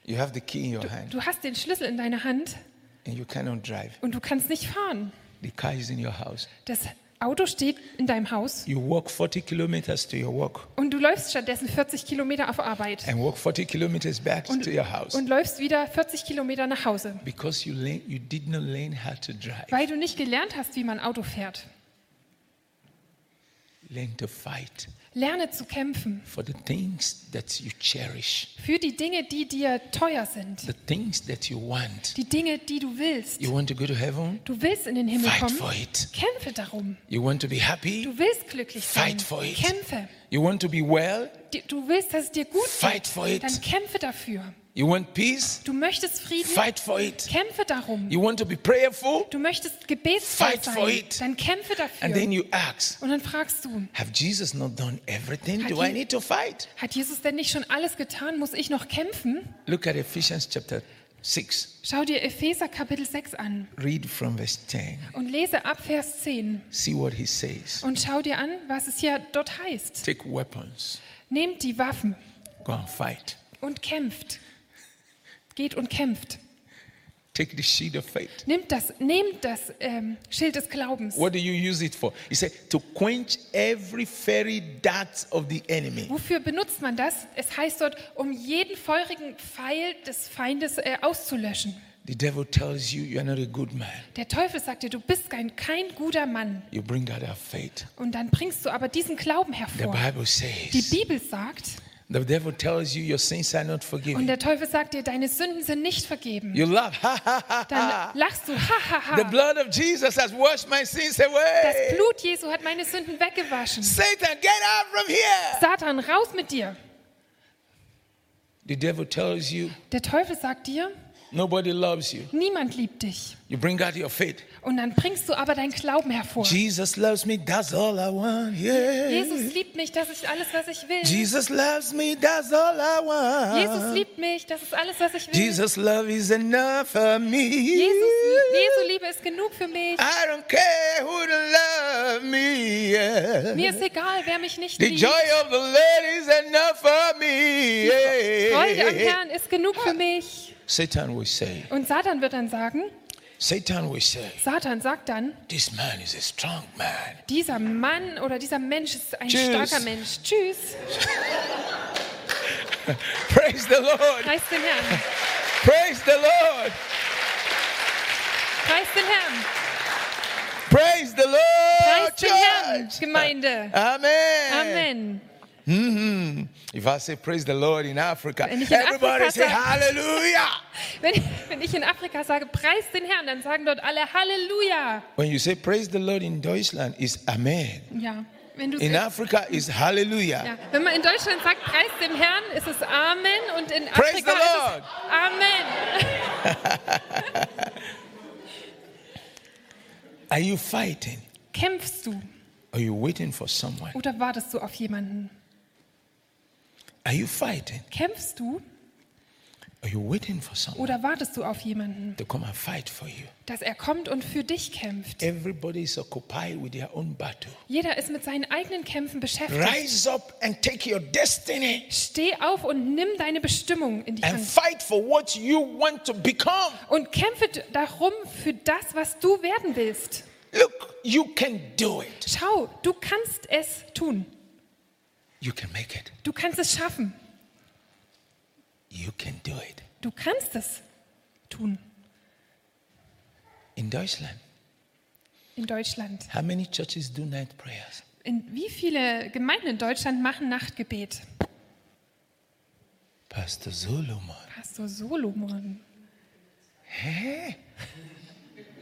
A: you have the key in your hand,
B: du hast den Schlüssel in deiner Hand
A: and you cannot drive.
B: und du kannst nicht fahren.
A: The car is in your house.
B: Das Auto steht in deinem Haus
A: You walk 40 kilometers to your work,
B: und du läufst stattdessen 40 Kilometer auf Arbeit
A: and walk 40 kilometers back to your house
B: und läufst wieder 40 Kilometer nach Hause,
A: because you learn, you did not learn how to drive.
B: weil du nicht gelernt hast, wie man Auto fährt.
A: Learn to fight
B: Lerne zu kämpfen
A: for the things that you cherish,
B: für die Dinge, die dir teuer sind,
A: the things that you want.
B: die Dinge, die du willst.
A: You want to go to heaven?
B: Du willst in den Himmel
A: Fight
B: kommen,
A: for it.
B: kämpfe darum.
A: You want to be happy?
B: Du willst glücklich sein,
A: Fight for it.
B: kämpfe.
A: You want to be well?
B: Di- Du willst, dass es dir gut
A: Fight for it.
B: geht, dann kämpfe dafür.
A: You want peace?
B: Du möchtest Frieden,
A: Fight for it.
B: kämpfe darum.
A: You want to be prayerful?
B: Du möchtest gebetsvoll
A: Fight for
B: sein,
A: it.
B: dann kämpfe dafür.
A: And then you ask,
B: Und dann fragst du,
A: have Jesus not done everything?
B: Hat
A: Do I
B: Je-
A: need to fight?
B: hat Jesus denn nicht schon alles getan? Muss ich noch kämpfen?
A: Look at Ephesians chapter 6.
B: Schau dir Epheser Kapitel 6 an
A: Read from verse 10.
B: und lese ab Vers 10
A: See what he says.
B: und schau dir an, was es hier dort heißt.
A: Take weapons.
B: Nehmt die Waffen
A: Go and fight.
B: und kämpft. Geht und kämpft.
A: Take the shield of faith.
B: Nehmt das, nehmt das ähm, Schild des Glaubens.
A: What do you use it for? He said, to quench every fiery dart of the enemy.
B: Wofür benutzt man das? Es heißt dort, um jeden feurigen Pfeil des Feindes äh, auszulöschen.
A: The devil tells you you are not a good man.
B: Der Teufel sagt dir, du bist kein, kein guter Mann.
A: You bring out our faith.
B: Und dann bringst du aber diesen Glauben
A: The
B: hervor.
A: Bible
B: Die
A: says
B: Bibel sagt,
A: the devil tells you your sins are not
B: und
A: forgiven.
B: der Teufel sagt dir, deine Sünden sind nicht vergeben.
A: You laugh, ha ha ha ha.
B: Dann lachst du, ha ha
A: The
B: ha.
A: blood of Jesus has washed my sins
B: Das
A: away.
B: Blut Jesu hat meine Sünden weggewaschen.
A: Satan, get out from here.
B: Satan, raus mit dir.
A: The devil tells you
B: Der Teufel sagt dir,
A: nobody loves you.
B: niemand liebt dich.
A: You bring out your faith.
B: Und dann bringst du aber deinen Glauben hervor.
A: Jesus loves me, that's all I want. Yeah.
B: Jesus liebt mich, das ist alles, was ich will.
A: Jesus loves me, that's all I
B: Jesus
A: want.
B: liebt mich, das ist alles, was ich will.
A: Jesus
B: Jesus,
A: love is enough for me.
B: lie- Jesu Liebe ist genug für mich.
A: I don't care who don't love me. yeah.
B: Mir ist egal, wer mich nicht
A: The
B: liebt.
A: joy of the Lord is enough for me.
B: Freude am
A: yeah.
B: Herrn ist genug für mich.
A: Satan will say,
B: Und Satan wird dann sagen,
A: Satan will say,
B: Satan sagt dann,
A: this man is a strong man.
B: dieser Mann oder dieser Mensch ist ein
A: Tschüss.
B: starker Mensch. Tschüss.
A: Praise the Lord.
B: Preis den Herrn.
A: Praise the Lord.
B: Preis den Herrn.
A: Praise the Lord.
B: Preis den Herrn,
A: church.
B: Gemeinde.
A: Amen.
B: Amen.
A: Mhm. If I say praise the Lord in Africa,
B: Wenn ich in
A: everybody
B: Afrika
A: say
B: sag-
A: hallelujah.
B: Wenn, wenn ich in Afrika sage, preis den Herrn, dann sagen dort alle Halleluja.
A: When you say praise the Lord in Deutschland, it's amen.
B: Ja, wenn du
A: In Africa, it's hallelujah.
B: ja, wenn man in Deutschland sagt, preis dem Herrn, ist es Amen und in
A: Praise
B: Afrika
A: the
B: ist
A: Lord.
B: es Amen.
A: Are you fighting?
B: Kämpfst du
A: Are you waiting for someone?
B: oder wartest du auf jemanden?
A: Are you fighting?
B: Kämpfst du?
A: Are you waiting for someone
B: Oder wartest du auf jemanden,
A: to come and fight for you?
B: dass er kommt und für dich kämpft?
A: Everybody is occupied with their own battle.
B: Jeder ist mit seinen eigenen Kämpfen beschäftigt.
A: Rise up and take your destiny
B: Steh auf und nimm deine Bestimmung in die
A: and
B: Hand
A: fight for what you want to become.
B: und kämpfe d- darum für das, was du werden willst.
A: Look, you can do it.
B: Schau, du kannst es tun.
A: You can make it.
B: Du kannst es schaffen.
A: You can do it.
B: Du kannst es tun
A: In Deutschland,
B: in Deutschland.
A: how many churches do night prayers?
B: In wie viele Gemeinden in Deutschland machen Nachtgebet?
A: Pastor Solomon.
B: Pastor Solomon.
A: Hey.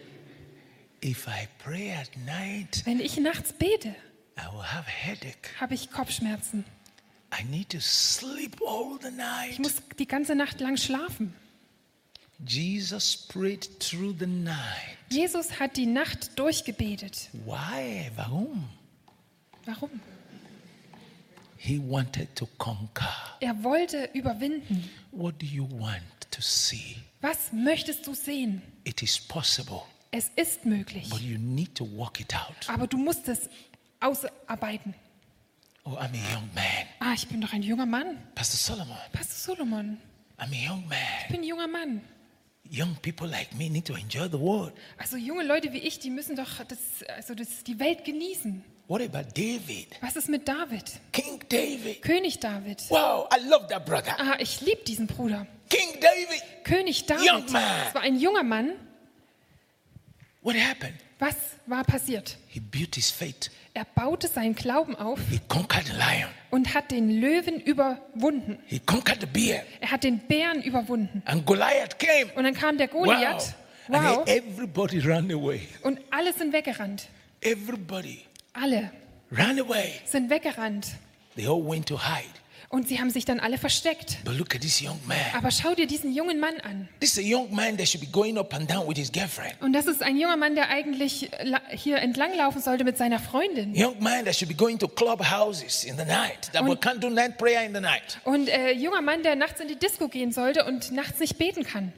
A: If I pray at night,
B: Wenn ich nachts bete,
A: I will have headache.
B: habe ich Kopfschmerzen.
A: I need to sleep all the night.
B: Ich muss die ganze Nacht lang schlafen.
A: Jesus prayed through the night.
B: Jesus hat die Nacht durchgebetet.
A: Why? Warum?
B: Warum?
A: He wanted to conquer.
B: Er wollte überwinden.
A: What do you want to see?
B: Was möchtest du sehen?
A: It is possible,
B: Es ist möglich,
A: but you need to work it out.
B: aber du musst es ausarbeiten.
A: Oh, I'm a young man.
B: Ah, ich bin doch ein junger Mann.
A: Pastor Solomon,
B: Pastor Solomon,
A: I'm a young
B: ich
A: man.
B: bin ein junger Mann.
A: Young people like me need to enjoy the world.
B: Also junge Leute wie ich, die müssen doch das, also das, die Welt genießen.
A: What about David?
B: Was ist mit David?
A: King David.
B: König David.
A: Wow, I love that brother.
B: Ah, ich liebe diesen Bruder.
A: King David.
B: König David.
A: Young man.
B: Es war ein junger Mann.
A: What happened?
B: Was war passiert?
A: He built his faith.
B: Er baute seinen Glauben auf
A: He conquered the lion.
B: und hat den Löwen überwunden.
A: He conquered the bear.
B: Er hat den Bären überwunden.
A: And Goliath came.
B: Und dann kam der
A: Wow.
B: Goliath.
A: And
B: Wow.
A: he- everybody ran away.
B: Und alle sind weggerannt.
A: Everybody
B: Alle
A: ran away.
B: sind weggerannt.
A: They all went to hide.
B: Und sie haben sich dann alle versteckt.
A: But look at this young man.
B: Aber schau dir diesen jungen Mann an.
A: This is a young man that should be going up and down with his girlfriend.
B: Und das ist ein junger Mann, der eigentlich äh, la- hier entlanglaufen sollte mit seiner Freundin.
A: Young man that should be going to clubhouses in the night. That we can't do night prayer in the night.
B: Und äh, junger Mann, der nachts in die Disco gehen sollte und nachts nicht beten kann.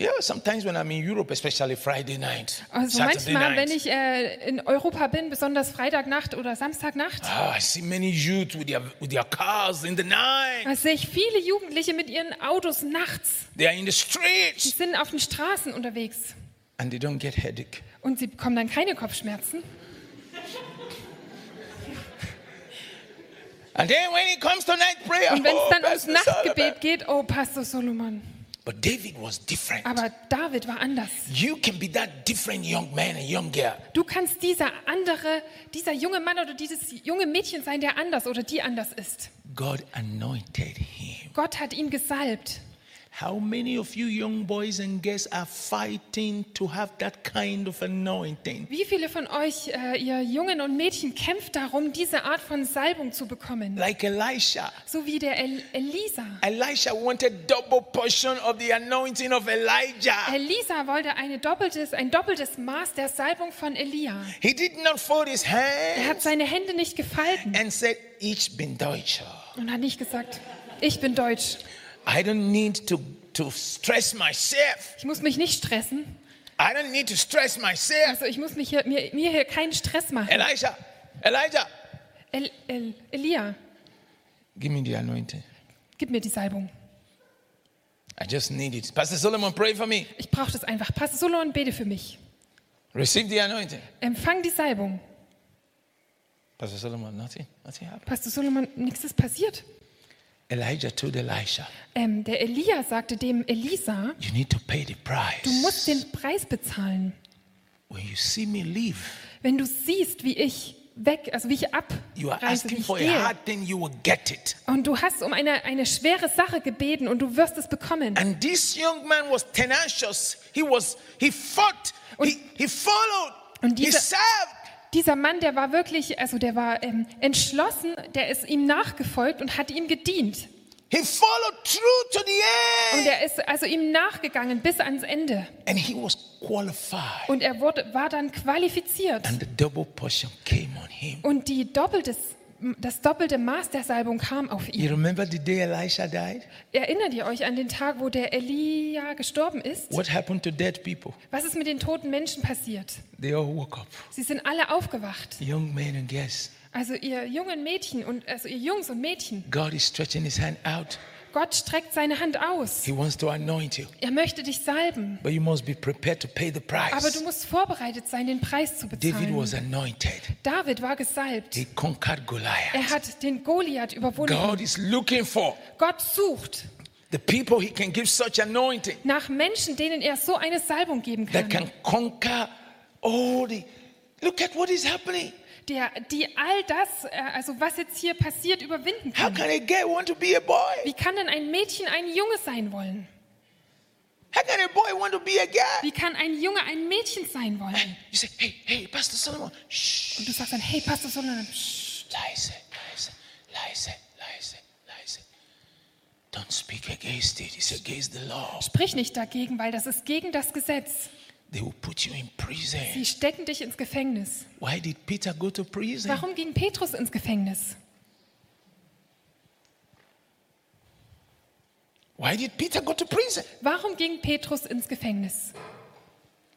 A: Yeah, sometimes when I'm in Europe, especially Friday night,
B: Also
A: Saturday
B: manchmal,
A: night,
B: wenn ich äh, in Europa bin, besonders Freitagnacht oder Samstagnacht,
A: ah, I see many youth with their, with their cars in the night.
B: da sehe ich viele Jugendliche mit ihren Autos nachts.
A: They are in the
B: Die
A: streets.
B: sind auf den Straßen unterwegs
A: And they don't get headache.
B: und sie bekommen dann keine Kopfschmerzen.
A: And then when it comes to night prayer,
B: Und wenn es
A: oh,
B: dann ums
A: Pastor Solomon.
B: Nachtgebet geht, oh Pastor Solomon.
A: But David was different.
B: Aber David war anders.
A: You can be that different young man and young girl.
B: Du kannst dieser andere, dieser junge Mann oder dieses junge Mädchen sein, der anders oder die anders ist.
A: God anointed him.
B: Gott hat ihn gesalbt.
A: How many of you young boys and girls are fighting to have that kind of anointing?
B: Wie viele von euch, äh, ihr Jungen und Mädchen, kämpft darum, diese Art von Salbung zu bekommen?
A: Like Elisha.
B: So wie der El Elisa.
A: Elisha wanted double portion of the anointing of Elijah.
B: Elisa wollte eine doppeltes, ein doppeltes Maß der Salbung von Elia.
A: He did not fold his
B: Er hat
A: hands
B: seine Hände nicht gefalten
A: and said, Ich bin Deutscher.
B: und hat nicht gesagt, ich bin deutsch,
A: I don't need to, to stress myself.
B: ich muss mich nicht stressen.
A: I don't need to stress myself.
B: Also ich muss mich hier, mir, mir hier keinen Stress machen.
A: Elisha, Elijah,
B: El El Elia,
A: give me the anointing.
B: gib mir die Salbung.
A: I just need it. Pastor Solomon, pray for me.
B: Ich brauche das einfach. Pastor Solon, bete für mich.
A: Receive the anointing.
B: Empfang die Salbung.
A: Pastor Solomon, nothing, nothing happened.
B: Pastor Solomon, nichts ist passiert.
A: Elijah told Elisha,
B: Ähm, der Elia sagte dem Elisa,
A: You need to pay the
B: du
A: price.
B: musst den Preis bezahlen.
A: When you see me leave,
B: Wenn du siehst, wie ich weg, also wie ich
A: you are
B: abreise, wie
A: asking
B: ich
A: for a
B: gehe.
A: hard thing, you will get it.
B: Und du hast um eine, eine schwere Sache gebeten und du wirst es bekommen.
A: And this young man was tenacious. He was, he fought, he, he followed,
B: Und
A: he
B: dieser-
A: served.
B: Dieser Mann, der war wirklich, also der war ähm, entschlossen, der ist ihm nachgefolgt und hat ihm gedient.
A: He followed through to the
B: Und
A: end.
B: er ist also ihm nachgegangen bis ans Ende.
A: And he was qualified.
B: Und er wurde, war dann qualifiziert.
A: And the double portion came on him.
B: Und die doppelte das doppelte Maß der Salbung kam auf ihn.
A: You remember the day Elisha died?
B: Erinnert ihr euch an den Tag, wo der Elia gestorben ist?
A: What happened to dead people?
B: Was ist mit den toten Menschen passiert?
A: They all woke up.
B: Sie sind alle aufgewacht.
A: Young men and girls.
B: Also ihr jungen Mädchen und also ihr Jungs und Mädchen.
A: God is stretching his hand out.
B: Gott streckt seine Hand aus.
A: He wants to anoint you.
B: Er möchte dich salben.
A: But you must be prepared to pay the
B: Aber du
A: price.
B: musst vorbereitet sein, den Preis zu
A: David
B: bezahlen.
A: was anointed.
B: David war gesalbt.
A: He conquered
B: Er
A: Goliath.
B: hat den Goliath überwunden.
A: God is looking for
B: Gott sucht
A: the people he can give such anointing
B: nach Menschen, denen er so eine Salbung geben
A: that
B: kann,
A: can conquer all the. Look at what is happening.
B: der, die all das, äh, also was jetzt hier passiert, überwinden
A: How
B: kann.
A: can a girl want to be a boy?
B: Wie kann denn ein Mädchen ein Junge sein wollen?
A: How can a boy want to be a girl?
B: Wie kann ein Junge ein Mädchen sein wollen?
A: You say, hey, hey, Pastor Solomon, shh.
B: Und du sagst dann, hey, Pastor Solomon,
A: Leise, leise, leise, leise, leise. Don't speak against it. It's against the law.
B: sprich nicht dagegen, weil das ist gegen das Gesetz.
A: They will put you in prison.
B: Die stecken dich ins Gefängnis.
A: Why did Peter go to prison?
B: Warum ging Petrus ins Gefängnis?
A: Why did Peter go to prison?
B: Warum ging Petrus ins Gefängnis?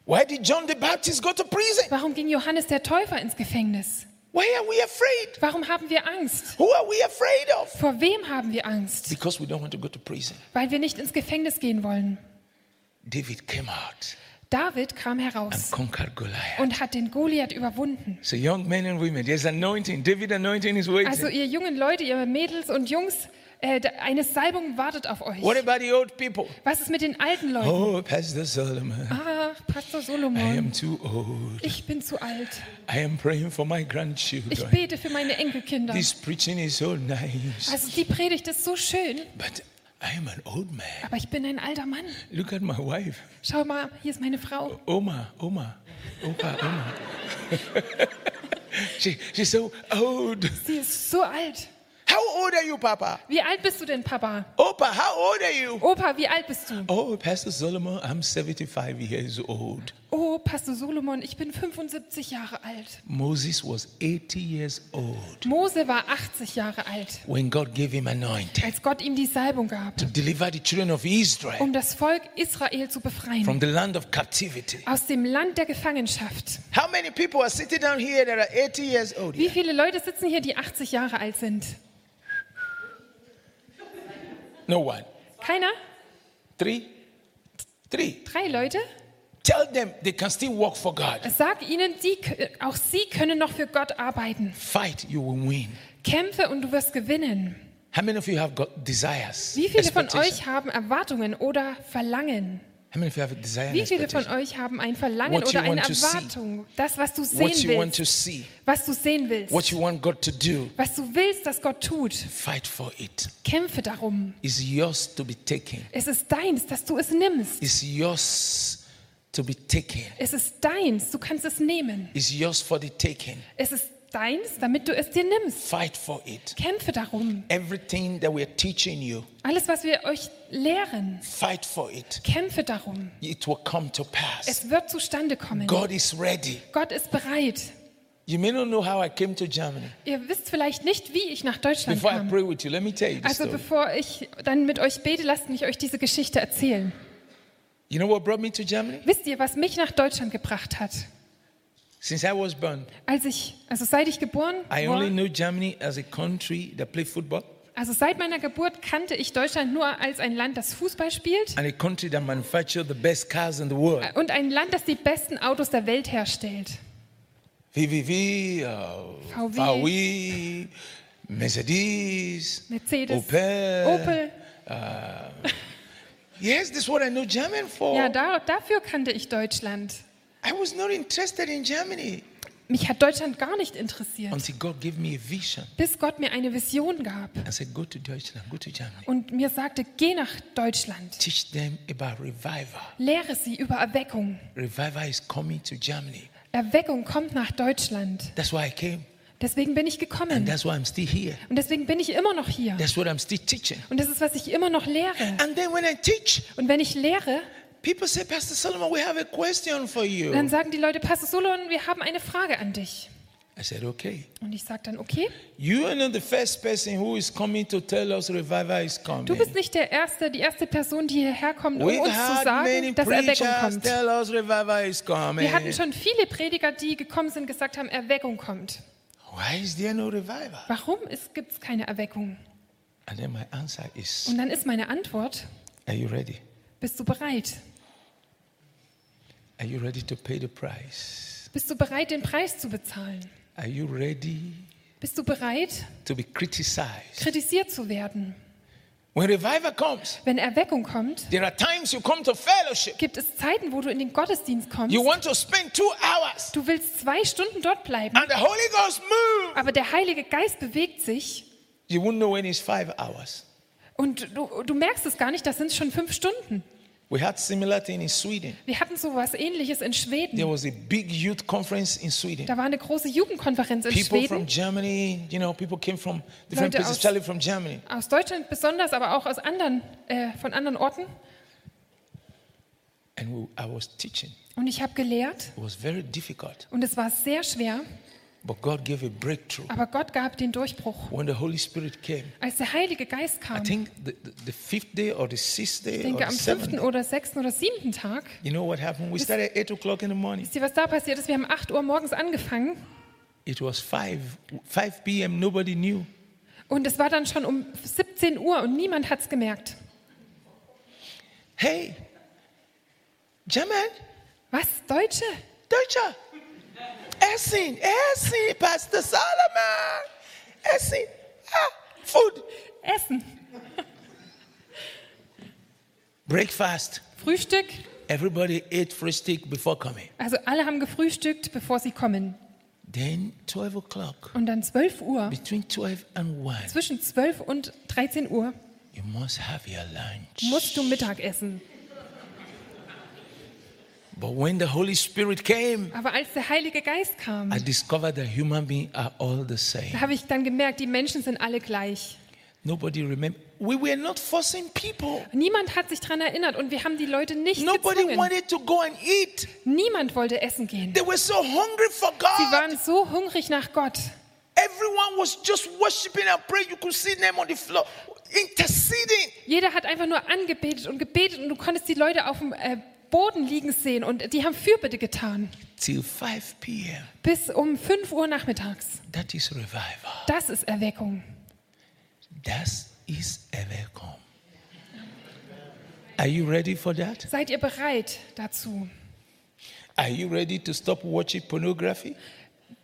A: Why did John the Baptist go to prison?
B: Warum ging Johannes der Täufer ins Gefängnis?
A: Why are we afraid?
B: Warum haben wir Angst?
A: Who are we afraid of?
B: Vor wem haben wir Angst?
A: Because we don't want to go to prison.
B: Weil wir nicht ins Gefängnis gehen wollen.
A: David came out
B: David kam
A: and
B: heraus
A: conquered Goliath.
B: und hat den Goliath überwunden.
A: So, young men and women, there's anointing. David anointing is
B: Also
A: waiting.
B: ihr jungen Leute, ihr Mädels und Jungs, äh, da- eine Salbung wartet auf euch.
A: What about the old people?
B: Was ist mit den alten Leuten?
A: Oh, Pastor Solomon,
B: Ah, Pastor
A: Oh. I am
B: Solomon,
A: too old.
B: ich bin zu alt.
A: I am praying for my
B: Ich
A: grandchildren.
B: bete für meine Enkelkinder.
A: This preaching is so nice,
B: Also die Predigt ist so schön,
A: but I am an old man.
B: aber ich bin ein alter Mann.
A: Look at my wife,
B: Schau mal, hier ist meine Frau.
A: Oma, Oma, Opa, Oma. she, she's so old.
B: Sie ist so alt.
A: How old are you, Papa?
B: Wie alt bist du denn, Papa?
A: Opa, how old are you?
B: Opa, wie alt bist du?
A: Oh, Pastor Solomon, I'm 75 years old.
B: Oh, Pastor Solomon, ich bin 75 Jahre alt.
A: Moses was 80 years old
B: Mose war 80 Jahre alt,
A: when God gave him anointing
B: als Gott ihm die Salbung gab,
A: to deliver the children of Israel
B: um das Volk Israel zu
A: from
B: befreien
A: the land of captivity.
B: aus dem Land der Gefangenschaft.
A: How many people are sitting down here that are 80 years old?
B: Wie viele Leute sitzen hier, die 80 Jahre alt sind?
A: No one.
B: Keiner?
A: Three? Three.
B: Drei Leute?
A: Tell them they can still work for God.
B: Sag ihnen, die, auch sie können noch für Gott arbeiten.
A: Fight, you will win.
B: Kämpfe und du wirst gewinnen.
A: How many of you have got desires?
B: Wie viele von
A: expectation?
B: euch haben Erwartungen oder Verlangen?
A: How many of you have a desire? and
B: Wie viele von
A: expectation?
B: euch haben ein Verlangen
A: What
B: oder
A: you
B: eine
A: want to see.
B: Erwartung? Das, was du sehen
A: What you want to
B: willst,
A: see,
B: was du sehen willst,
A: what you want God to do,
B: was du willst, dass Gott tut.
A: fight for it.
B: Kämpfe darum.
A: It's yours to be taken.
B: Es ist deins, dass du es nimmst.
A: It's yours to be taken.
B: Es ist deins, du kannst es nehmen.
A: It's yours for the taking.
B: Es ist deins, damit du es dir nimmst.
A: Fight for it.
B: Kämpfe darum.
A: Everything that we're teaching you,
B: Alles, was wir euch lehren,
A: fight for it.
B: kämpfe darum.
A: It will come to pass.
B: Es wird zustande kommen.
A: God is ready.
B: Gott ist bereit.
A: You may not know how I came to Germany.
B: Ihr wisst vielleicht nicht, wie ich nach Deutschland
A: Before I
B: kam.
A: pray with you, let me tell you this
B: Also
A: story.
B: bevor ich dann mit euch bete, lasst mich euch diese Geschichte erzählen.
A: You know what brought me to Germany?
B: Wisst ihr, was mich nach Deutschland gebracht hat?
A: Since I was born,
B: Als ich, also seit ich geboren
A: I only
B: war,
A: knew Germany as a country that played football
B: also seit meiner Geburt kannte ich Deutschland nur als ein Land, das Fußball spielt
A: and a country that manufactured the best cars in the world.
B: äh, und ein Land, das die besten Autos der Welt herstellt.
A: VVV, uh, VW,
B: VW.
A: Mercedes,
B: Mercedes,
A: Opel.
B: Opel.
A: Yes, this is what I know German for.
B: Ja, da, dafür kannte ich Deutschland.
A: I was not interested in Germany
B: Mich hat Deutschland gar nicht interessiert,
A: until God gave me a vision
B: bis Gott mir eine Vision gab
A: and said, Go to Deutschland, go to Germany.
B: und mir sagte, geh nach Deutschland.
A: Teach them about revival.
B: Lehre sie über Erweckung.
A: Revival is coming to Germany.
B: Erweckung kommt nach Deutschland.
A: That's why I came,
B: Deswegen bin ich
A: and
B: gekommen.
A: that's why I'm still here.
B: Und deswegen bin ich immer noch hier.
A: That's what I'm still teaching.
B: Und das ist, was ich immer noch lehre.
A: And then when I teach,
B: Und wenn ich lehre,
A: people say, Pastor Solomon, we have a question for you.
B: dann sagen die Leute, Pastor Solon, wir haben eine Frage an dich.
A: I I said, okay.
B: Und ich sage dann, okay,
A: You are not the first person who is coming to tell us revival is coming.
B: du bist nicht der erste, die erste Person, die hierher kommt, um
A: We've
B: uns zu
A: had many
B: sagen, dass Erweckung
A: preachers
B: kommt.
A: tell us revival is coming.
B: Wir hatten schon viele Prediger, die gekommen sind, gesagt haben, Erweckung kommt.
A: Why is there no revival?
B: Warum gibt es keine Erweckung?
A: And then my answer is,
B: Und dann ist meine Antwort,
A: are you ready?
B: bist du bereit?
A: Are you ready to pay the price?
B: Bist du bereit, den Preis zu bezahlen?
A: Are you ready
B: Bist du bereit,
A: to be criticized?
B: kritisiert zu werden?
A: When revival comes,
B: Wenn Erweckung kommt,
A: there are times you come to fellowship.
B: gibt es Zeiten, wo du in den Gottesdienst kommst.
A: You want to spend two hours
B: Du willst zwei Stunden dort bleiben,
A: and the Holy Ghost moves.
B: aber der Heilige Geist bewegt sich
A: You won't know when it's five hours.
B: und du, du merkst es gar nicht, das sind schon fünf Stunden.
A: We had similar thing in Sweden.
B: Wir hatten sowas ähnliches in
A: There
B: Schweden.
A: was a big youth conference in Sweden.
B: Da war eine große Jugendkonferenz in
A: People from
B: Schweden,
A: Germany, you know, people came from different
B: Leute
A: places,
B: aus-
A: especially from Germany.
B: aus Deutschland besonders, aber auch aus anderen, äh, von anderen Orten.
A: And we, I was teaching.
B: Und ich habe gelehrt
A: It was very difficult,
B: und es war sehr schwer,
A: but God gave a breakthrough.
B: aber Gott gab den Durchbruch.
A: When the Holy Spirit came,
B: Als der Heilige Geist
A: I
B: kam,
A: think the, the, the fifth day or the sixth day
B: ich
A: or the
B: denke am
A: seventh.
B: fünften oder sechsten oder siebten Tag,
A: You know what happened? We started at 8 o'clock in the morning.
B: wisst ihr, was da passiert ist? Wir haben 8 Uhr morgens angefangen
A: It was 5, 5 p.m. Nobody knew.
B: und es war dann schon um 17 Uhr und niemand hat es gemerkt.
A: Hey, German,
B: Was, Deutsche?
A: Deutscher, Essen, Essen, Pastor Solomon, Essen, ah, food,
B: Essen,
A: breakfast.
B: Frühstück.
A: Everybody ate free steak before coming.
B: Also alle haben gefrühstückt, bevor sie kommen.
A: Then 12 o'clock,
B: Und dann 12 Uhr,
A: between 12 and 1,
B: zwischen 12 und 13 Uhr,
A: you must have your lunch.
B: musst du Mittag essen.
A: But when the Holy Spirit came,
B: Aber als der Heilige Geist kam,
A: I discovered that human beings are all the same.
B: da habe ich dann gemerkt, die Menschen sind alle gleich.
A: Nobody remember. We were not forcing people.
B: Niemand hat sich daran erinnert und wir haben die Leute nicht
A: Nobody
B: gezwungen.
A: wanted to go and eat.
B: Niemand wollte essen gehen.
A: They were so hungry for
B: Sie
A: God.
B: waren so hungrig nach Gott.
A: Everyone was just worshiping and praying. You could see them on the floor, interceding.
B: Jeder hat einfach nur angebetet und gebetet und du konntest die Leute auf dem äh, Boden liegen sehen und die haben Fürbitte getan.
A: Till 5 p.m.
B: Bis um 5 Uhr nachmittags.
A: That is revival.
B: Das ist Erweckung.
A: That is Evercom. Are you ready for that?
B: Seid ihr bereit dazu?
A: Are you ready to stop watching pornography?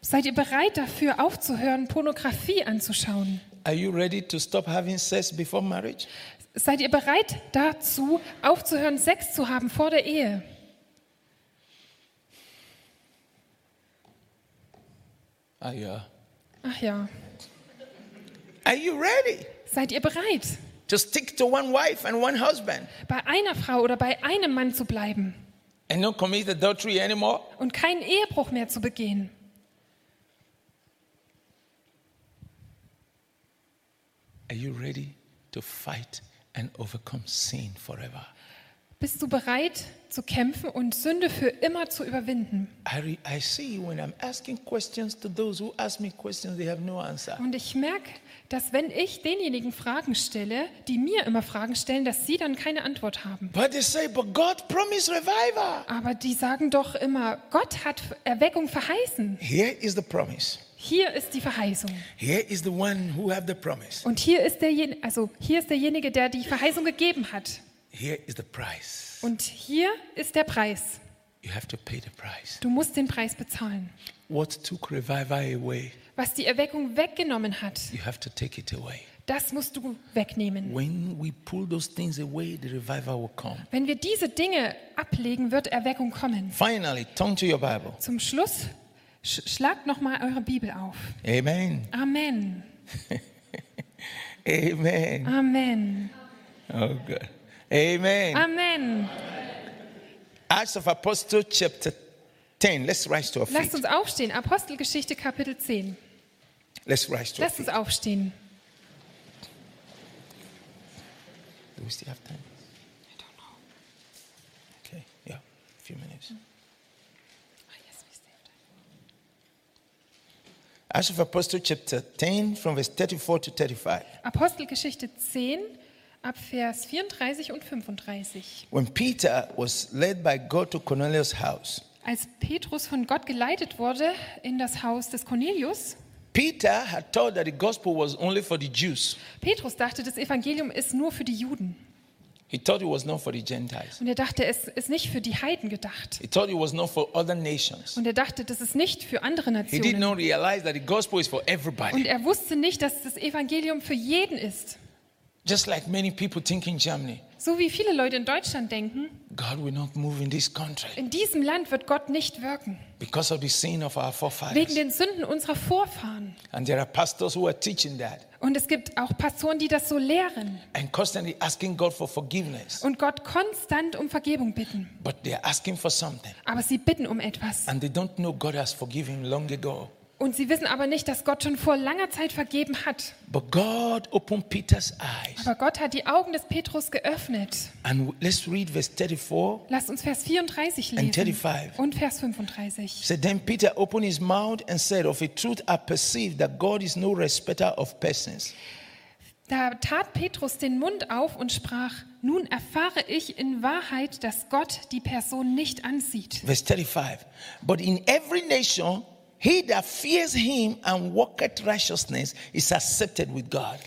B: Seid ihr bereit dafür aufzuhören, Pornografie anzuschauen?
A: Are you ready to stop having sex before marriage?
B: Seid ihr bereit dazu, aufzuhören, Sex zu haben vor der Ehe?
A: Are you,
B: Ach ja.
A: are you ready?
B: Seid ihr bereit,
A: to stick to one wife and one husband
B: bei einer Frau oder bei einem Mann zu bleiben
A: and not commit adultery anymore?
B: und keinen Ehebruch mehr zu begehen?
A: Are you ready to fight and overcome sin forever?
B: Bist du bereit zu kämpfen und Sünde für immer zu überwinden?
A: I, re- I see when I'm asking questions to those who ask me questions, they have no answer.
B: Und ich merke, dass wenn ich denjenigen Fragen stelle, die mir immer Fragen stellen, dass sie dann keine Antwort haben.
A: But they say, but God promised revival.
B: Aber die sagen doch immer, Gott hat Erweckung verheißen.
A: Here is the promise.
B: Hier ist die Verheißung.
A: Here is the one who have the promise.
B: Und hier ist, derjen also hier ist derjenige, der die Verheißung gegeben hat.
A: Here is the price.
B: Und hier ist der Preis.
A: You have to pay the price.
B: Du musst den Preis bezahlen.
A: What took revival away,
B: Was die Erweckung weggenommen hat,
A: you have to take it away.
B: das musst du wegnehmen.
A: When we pull those things away, the revival will come.
B: Wenn wir diese Dinge ablegen, wird Erweckung kommen.
A: Finally, turn to your Bible.
B: Zum Schluss sch schlagt noch mal eure Bibel auf.
A: Amen.
B: Amen.
A: Amen.
B: Amen.
A: Oh, God. Amen.
B: Amen.
A: Acts of Apostles, chapter 10. Let's rise to our
B: Lasst
A: feet.
B: uns aufstehen. Apostelgeschichte Kapitel 10.
A: Let's rise to our
B: Lasst
A: feet.
B: uns aufstehen.
A: Do we still have time? I don't know. Okay, yeah, a few minutes. Acts of Apostles chapter 10 from verse 34 to 35.
B: Apostelgeschichte 10 ab Vers 34 und 35.
A: When Peter was led by God to Cornelius' house,
B: Als Petrus von Gott geleitet wurde in das Haus des Cornelius,
A: Peter had thought that the gospel was only for the Jews.
B: Petrus dachte, das Evangelium ist nur für die Juden.
A: He thought it was not for the Gentiles.
B: Und er dachte, es ist nicht für die Heiden gedacht.
A: He thought it was not for other nations.
B: Und er dachte, das ist nicht für andere
A: He did
B: Nationen.
A: not realize that the gospel is for
B: Und
A: everybody.
B: er wusste nicht, dass das Evangelium für jeden ist.
A: Just like many people think in Germany,
B: So wie viele Leute in Deutschland denken,
A: God will not move in this country
B: in diesem Land wird Gott nicht wirken,
A: because of the sin of our
B: wegen
A: forefathers.
B: den Sünden unserer Vorfahren.
A: And there are pastors who are teaching that
B: Und es gibt auch Pastoren, die das so lehren
A: and constantly asking God for forgiveness.
B: und Gott konstant um Vergebung bitten.
A: But they are asking for something.
B: Aber sie bitten um etwas.
A: And they don't know God has forgiven long ago.
B: Und sie wissen aber nicht, dass Gott schon vor langer Zeit vergeben hat.
A: But God opened Peter's eyes.
B: Aber Gott hat die Augen des Petrus geöffnet.
A: And let's read verse 34.
B: Lasst uns Vers 34
A: And
B: lesen
A: 35.
B: und Vers 35.
A: So then Peter opened his mouth and said, Of a truth I perceive that God is no respecter of persons.
B: Da tat Petrus den Mund auf und sprach, nun erfahre ich in Wahrheit, dass Gott die Person nicht ansieht.
A: Verse 35. But in every nation, he that fears him and walketh righteousness is accepted with God.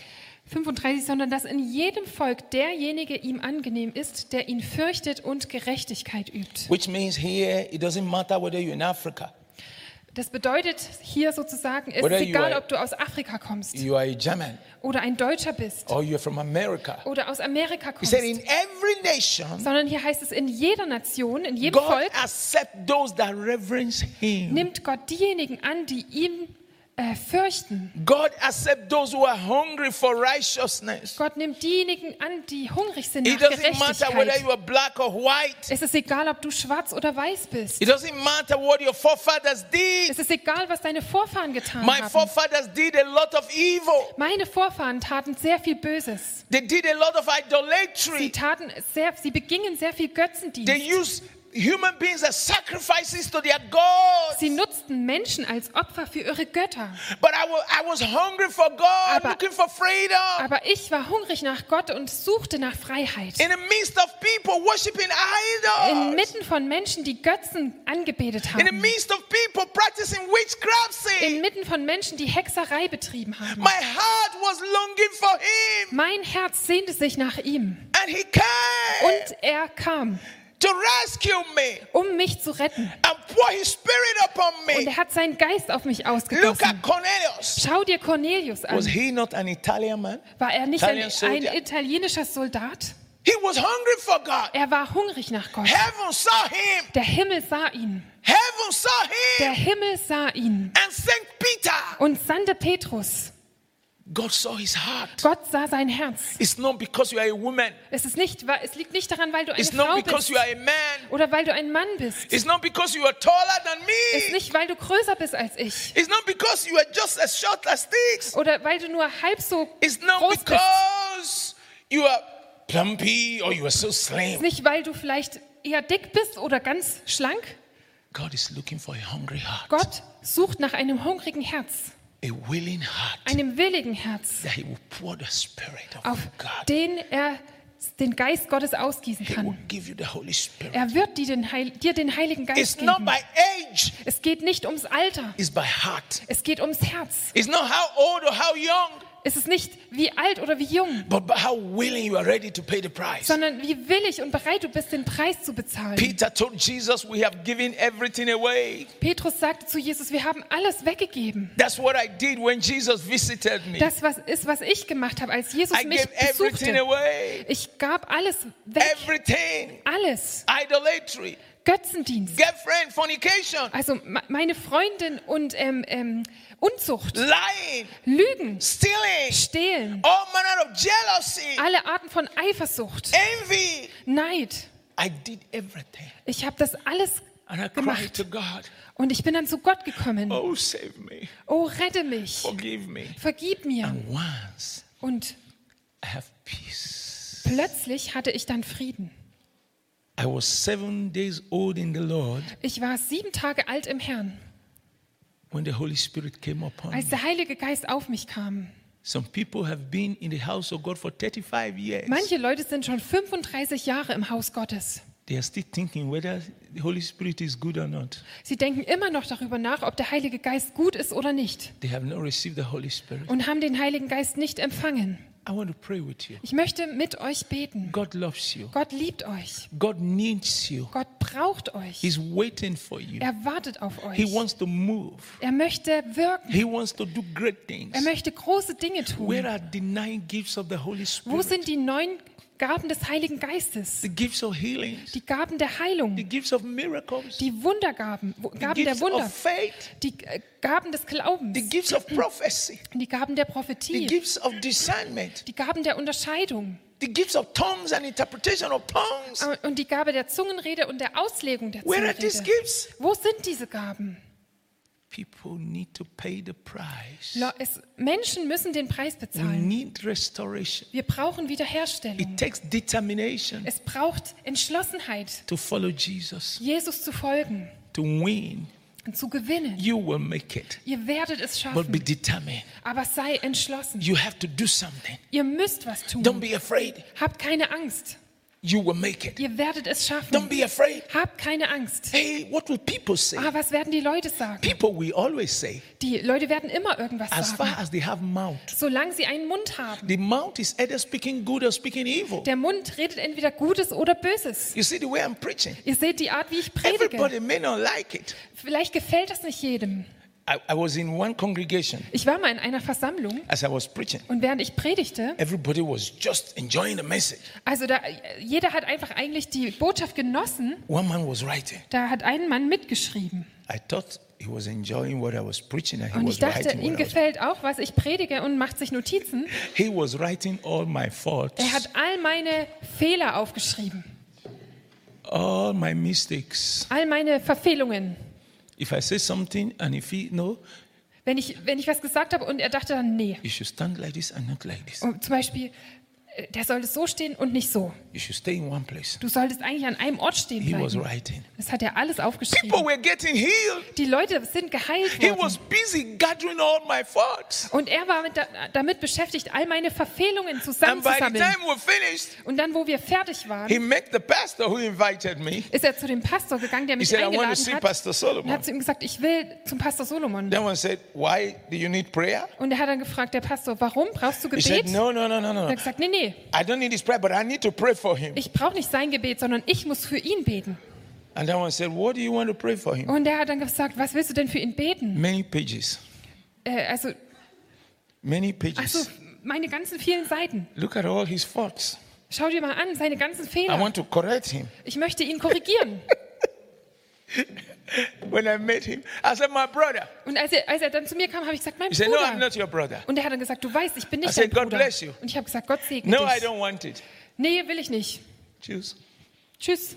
B: 35, sondern dass in jedem Volk derjenige ihm angenehm ist, der ihn fürchtet und Gerechtigkeit übt.
A: Which means here, it doesn't matter whether you're in Africa,
B: Das bedeutet hier sozusagen, es
A: Oder
B: ist egal,
A: UI.
B: ob du aus Afrika kommst
A: you are a German
B: oder ein Deutscher bist
A: or you're from America.
B: oder aus Amerika
A: He
B: kommst,
A: said, In every nation,
B: sondern hier heißt es, in jeder Nation, in jedem
A: God
B: Volk
A: accept those that reverence him.
B: nimmt Gott diejenigen an, die ihn äh, fürchten.
A: God accept those who are hungry for righteousness.
B: Gott nimmt diejenigen an, die hungrig sind nach
A: It doesn't matter whether
B: Gerechtigkeit.
A: you are black or white.
B: Es ist egal, ob du schwarz oder weiß bist.
A: It doesn't matter what your forefathers did.
B: Es ist egal, was deine Vorfahren getan
A: My
B: haben.
A: forefathers did a lot of evil.
B: Meine Vorfahren taten sehr viel Böses.
A: They did a lot of
B: Sie
A: idolatry.
B: taten sehr, sie begingen sehr viel
A: They
B: Götzendienst.
A: used human beings as sacrifices to their God.
B: Sie nutzten Menschen als Opfer für ihre Götter.
A: But I wa- I was hungry for God,
B: Aber-
A: looking for freedom.
B: Aber ich war hungrig nach Gott und suchte nach Freiheit.
A: In the midst of people worshiping idols.
B: Inmitten von Menschen, die Götzen angebetet
A: In the
B: haben.
A: midst of people practicing witchcraft. see.
B: Inmitten von Menschen, die Hexerei betrieben haben.
A: My heart was longing for him.
B: Mein Herz sehnte sich nach ihm.
A: And he came
B: Und er kam,
A: to rescue me
B: um mich zu retten.
A: and pour his spirit upon
B: Und
A: me.
B: er hat seinen Geist auf mich
A: Look at
B: ausgegossen.
A: Cornelius.
B: Schau dir Cornelius
A: Was
B: an.
A: he not an Italian man?
B: War er nicht ein,
A: Italian
B: ein
A: soldier.
B: italienischer Soldat?
A: He was hungry for God.
B: Er war hungrig nach Gott.
A: Heaven saw him.
B: Der Himmel sah ihn.
A: Heaven saw
B: Der
A: him.
B: Himmel sah ihn.
A: And Saint Peter,
B: Und sandte Petrus.
A: God saw his heart.
B: Gott sah sein Herz.
A: It's not because you are a woman.
B: Es, ist nicht, wa- es liegt nicht daran, weil du eine
A: It's
B: Frau
A: not because
B: bist
A: you are a man.
B: oder weil du ein Mann bist.
A: It's not because you are taller than
B: Es ist
A: me.
B: nicht, weil du größer bist als ich
A: It's not because you are just as short as sticks.
B: oder weil du nur halb so
A: It's not
B: groß bist.
A: because you are plumpy or you are so
B: Ist
A: slim.
B: nicht, weil du vielleicht eher dick bist oder ganz schlank.
A: God is looking for a hungry heart,
B: Gott sucht nach einem hungrigen Herz,
A: a willing heart
B: einem willigen Herz,
A: that He will pour the Spirit
B: auf
A: of God.
B: den er den Geist Gottes ausgießen
A: He will
B: kann.
A: give you the Holy Spirit.
B: Er wird dir den, Heil dir den Heiligen Geist
A: It's not
B: geben.
A: by age,
B: Es geht nicht ums Alter,
A: it's by heart.
B: es geht ums Herz.
A: It's not how old or how young,
B: Es ist nicht wie alt oder wie jung,
A: but by how willing you are ready to pay the price.
B: sondern wie willig und bereit du bist, den Preis zu bezahlen.
A: Peter told Jesus, We have given everything away.
B: Petrus sagte zu Jesus, wir haben alles weggegeben.
A: That's what I did when Jesus visited me.
B: Das was ist, was ich gemacht habe, als Jesus
A: I
B: mich
A: gave everything
B: besuchte.
A: away.
B: Ich gab alles weg.
A: Everything.
B: Alles.
A: Idolatry,
B: Götzendienst.
A: girlfriend, fornication,
B: Also me- meine Freundin und ähm, ähm, Unzucht,
A: lying,
B: Lügen,
A: stealing,
B: Stehlen,
A: all manner of jealousy,
B: alle Arten von Eifersucht,
A: envy.
B: Neid.
A: I did everything.
B: Ich habe das alles
A: And I cried
B: gemacht
A: to God,
B: und ich bin dann zu Gott gekommen.
A: Oh, save me,
B: Oh, rette mich,
A: forgive me.
B: vergib mir.
A: And once
B: Und
A: I have peace.
B: plötzlich hatte ich dann Frieden.
A: I was seven days old in the Lord
B: Ich war sieben Tage alt im Herrn
A: when the Holy Spirit came upon me.
B: als der Heilige Geist auf mich kam.
A: Some people have been in the house of God for 35 years.
B: Manche Leute sind schon 35 Jahre im Haus Gottes.
A: They are still thinking whether the Holy Spirit is good or not.
B: Sie denken immer noch darüber nach, ob der Heilige Geist gut ist oder nicht
A: They have not received the Holy Spirit.
B: und haben den Heiligen Geist nicht empfangen.
A: I want to pray with you.
B: Ich möchte mit euch beten.
A: God loves you.
B: Gott liebt euch.
A: God needs you.
B: Gott braucht euch.
A: He's waiting for you.
B: Er wartet auf
A: He
B: euch.
A: wants to move.
B: Er möchte wirken.
A: He wants to do great
B: Er
A: things.
B: möchte große Dinge
A: Where
B: tun.
A: are the nine gifts of the Holy
B: Wo
A: Spirit?
B: sind die neuen Gaben des Heiligen Geistes?
A: The gifts of healings,
B: Die Gaben der
A: the
B: Heilung,
A: gifts of miracles,
B: die Wundergaben, Wo-
A: the
B: Gaben der
A: gifts
B: Wunder,
A: of faith,
B: die äh, Gaben des
A: the
B: Glaubens,
A: gifts of prophecy,
B: die Gaben der
A: the
B: Prophetie,
A: gifts of discernment,
B: die Gaben der Unterscheidung
A: the gifts of tongues and interpretation of tongues.
B: äh, und die Gabe der Zungenrede und der Auslegung der
A: Where are these
B: Zungenrede.
A: gifts?
B: Wo sind diese Gaben?
A: People need to pay the price.
B: Le- Es, Menschen müssen den Preis
A: We
B: bezahlen.
A: need restoration.
B: Wir brauchen Wiederherstellung.
A: It takes determination
B: Es braucht Entschlossenheit,
A: to follow Jesus,
B: Jesus zu folgen
A: to win.
B: und zu gewinnen.
A: You will make it,
B: Ihr werdet es
A: but be
B: schaffen,
A: determined.
B: aber sei entschlossen.
A: You have to do something.
B: Ihr müsst was
A: Don't
B: tun.
A: be afraid.
B: Habt keine Angst.
A: You will make it.
B: Ihr werdet es
A: Don't
B: schaffen.
A: be afraid.
B: Habt keine Angst.
A: Hey, what will people say?
B: Ah, was werden die Leute sagen?
A: People will always say,
B: Die Leute werden immer irgendwas
A: as far
B: sagen,
A: as they have mouth.
B: solange sie einen Mund haben.
A: The mouth is either speaking good or speaking evil.
B: Der Mund redet entweder Gutes oder Böses.
A: You see the way I'm preaching.
B: Ihr seht die Art, wie ich predige.
A: Everybody may not like it.
B: Vielleicht gefällt das nicht jedem.
A: I, I was in one congregation
B: Ich war mal in einer Versammlung
A: as I was preaching.
B: und während ich predigte,
A: Everybody was just enjoying the message.
B: also da, jeder hat einfach eigentlich die Botschaft genossen,
A: One man was writing.
B: da hat ein Mann mitgeschrieben.
A: I thought he was enjoying what I was preaching and he
B: Und ich
A: was
B: dachte,
A: writing.
B: ihm
A: What I was,
B: gefällt auch, was ich predige und macht sich Notizen.
A: he was writing all my faults,
B: Er hat all meine Fehler aufgeschrieben,
A: all my mistakes.
B: all meine Verfehlungen.
A: If I say something and if he no,
B: Wenn ich, wenn ich was gesagt habe und er dachte dann, nee.
A: you should stand like this and not like this.
B: Und Zum Beispiel, äh, der sollte so stehen und nicht so.
A: You should stay in one place.
B: Du solltest eigentlich an einem Ort stehen
A: He was
B: bleiben.
A: writing.
B: Das hat er alles
A: People
B: aufgeschrieben.
A: were getting healed.
B: Die Leute sind geheilt
A: He was
B: worden.
A: busy gathering all my faults.
B: Und er war mit, da- damit beschäftigt, all meine Verfehlungen
A: And by the
B: zusammenzusammeln.
A: time we're finished,
B: Und dann, wo wir fertig waren,
A: he met the pastor who invited me.
B: ist er zu dem Pastor gegangen, der
A: He
B: mich
A: said, I want to see
B: eingeladen hat.
A: Pastor
B: Und
A: Solomon.
B: hat zu ihm gesagt, ich will zum Pastor Solomon.
A: Then one said, Why do you need prayer?
B: Und er hat dann gefragt, der Pastor, warum brauchst du
A: He
B: Gebet?
A: said,
B: Und
A: No, no, no, no,
B: er
A: no.
B: hat gesagt, nee, nee,
A: I don't need his prayer, but I need to pray for him.
B: ich brauche nicht sein Gebet, sondern ich muss für ihn beten.
A: And then one said, What do you want to pray for him?
B: Und er hat dann gesagt, was willst du denn für ihn beten?
A: Many pages.
B: Äh, also,
A: Many
B: also
A: pages.
B: meine ganzen vielen Seiten.
A: Look at all his faults.
B: Schau dir mal an, seine ganzen
A: I
B: Fehler.
A: want to correct him.
B: Ich möchte ihn korrigieren.
A: When I met him, I said, My brother.
B: Und als er, als er dann zu mir kam, habe ich gesagt, mein
A: He said, No, I'm
B: Bruder.
A: not your brother.
B: Und er hat dann gesagt, du weißt, ich bin
A: I
B: nicht dein
A: said, God
B: Bruder.
A: bless you.
B: Und ich habe gesagt, Gott segne
A: No, I
B: dich.
A: don't want it.
B: Nee, will ich nicht.
A: Choose.
B: Tschüss.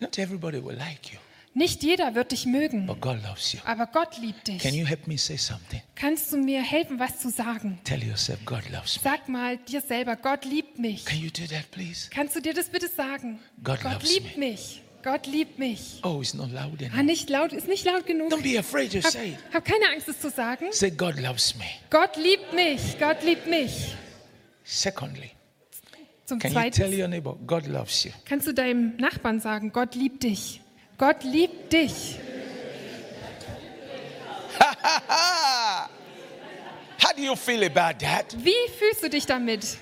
A: Not everybody will like you,
B: Nicht jeder wird dich mögen,
A: but God loves you.
B: aber Gott liebt
A: Can
B: dich.
A: you help me say something?
B: Kannst du mir helfen, was zu sagen?
A: Tell yourself, God loves me.
B: Sag mal dir selber, Gott liebt mich.
A: Can you do that, please?
B: Kannst du dir das bitte sagen?
A: Gott
B: Gott
A: loves
B: liebt mich. Gott liebt mich.
A: Oh, it's not loud
B: Ah,
A: enough.
B: nicht laut, ist nicht laut genug.
A: Don't be afraid to
B: Hab,
A: say it.
B: hab keine Angst, es zu sagen.
A: Say, God loves me.
B: Gott liebt mich. Gott liebt mich.
A: Secondly,
B: Zum
A: can you tell
B: Zweiten
A: your neighbor, God loves you?
B: kannst du deinem Nachbarn sagen, Gott liebt dich. Gott liebt dich.
A: How do you feel about that?
B: Wie fühlst du dich damit?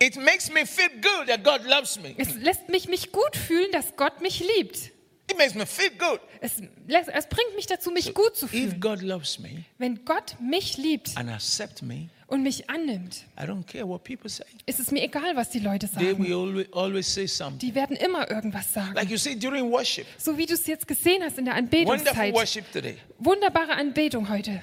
A: It makes me feel good that God loves me.
B: Es lässt mich mich gut fühlen, dass Gott mich liebt.
A: It makes me feel good.
B: Es, lässt, es bringt mich dazu, mich gut zu
A: If
B: fühlen.
A: God loves me
B: Wenn Gott mich liebt
A: and accepts me,
B: und mich annimmt,
A: I don't care what people say.
B: ist es mir egal, was die Leute
A: They
B: sagen.
A: will always, always say something.
B: Die werden immer irgendwas sagen.
A: Like you see during worship,
B: So wie du es jetzt gesehen hast in der
A: wonderful
B: Anbetungszeit.
A: worship today.
B: Wunderbare Anbetung heute.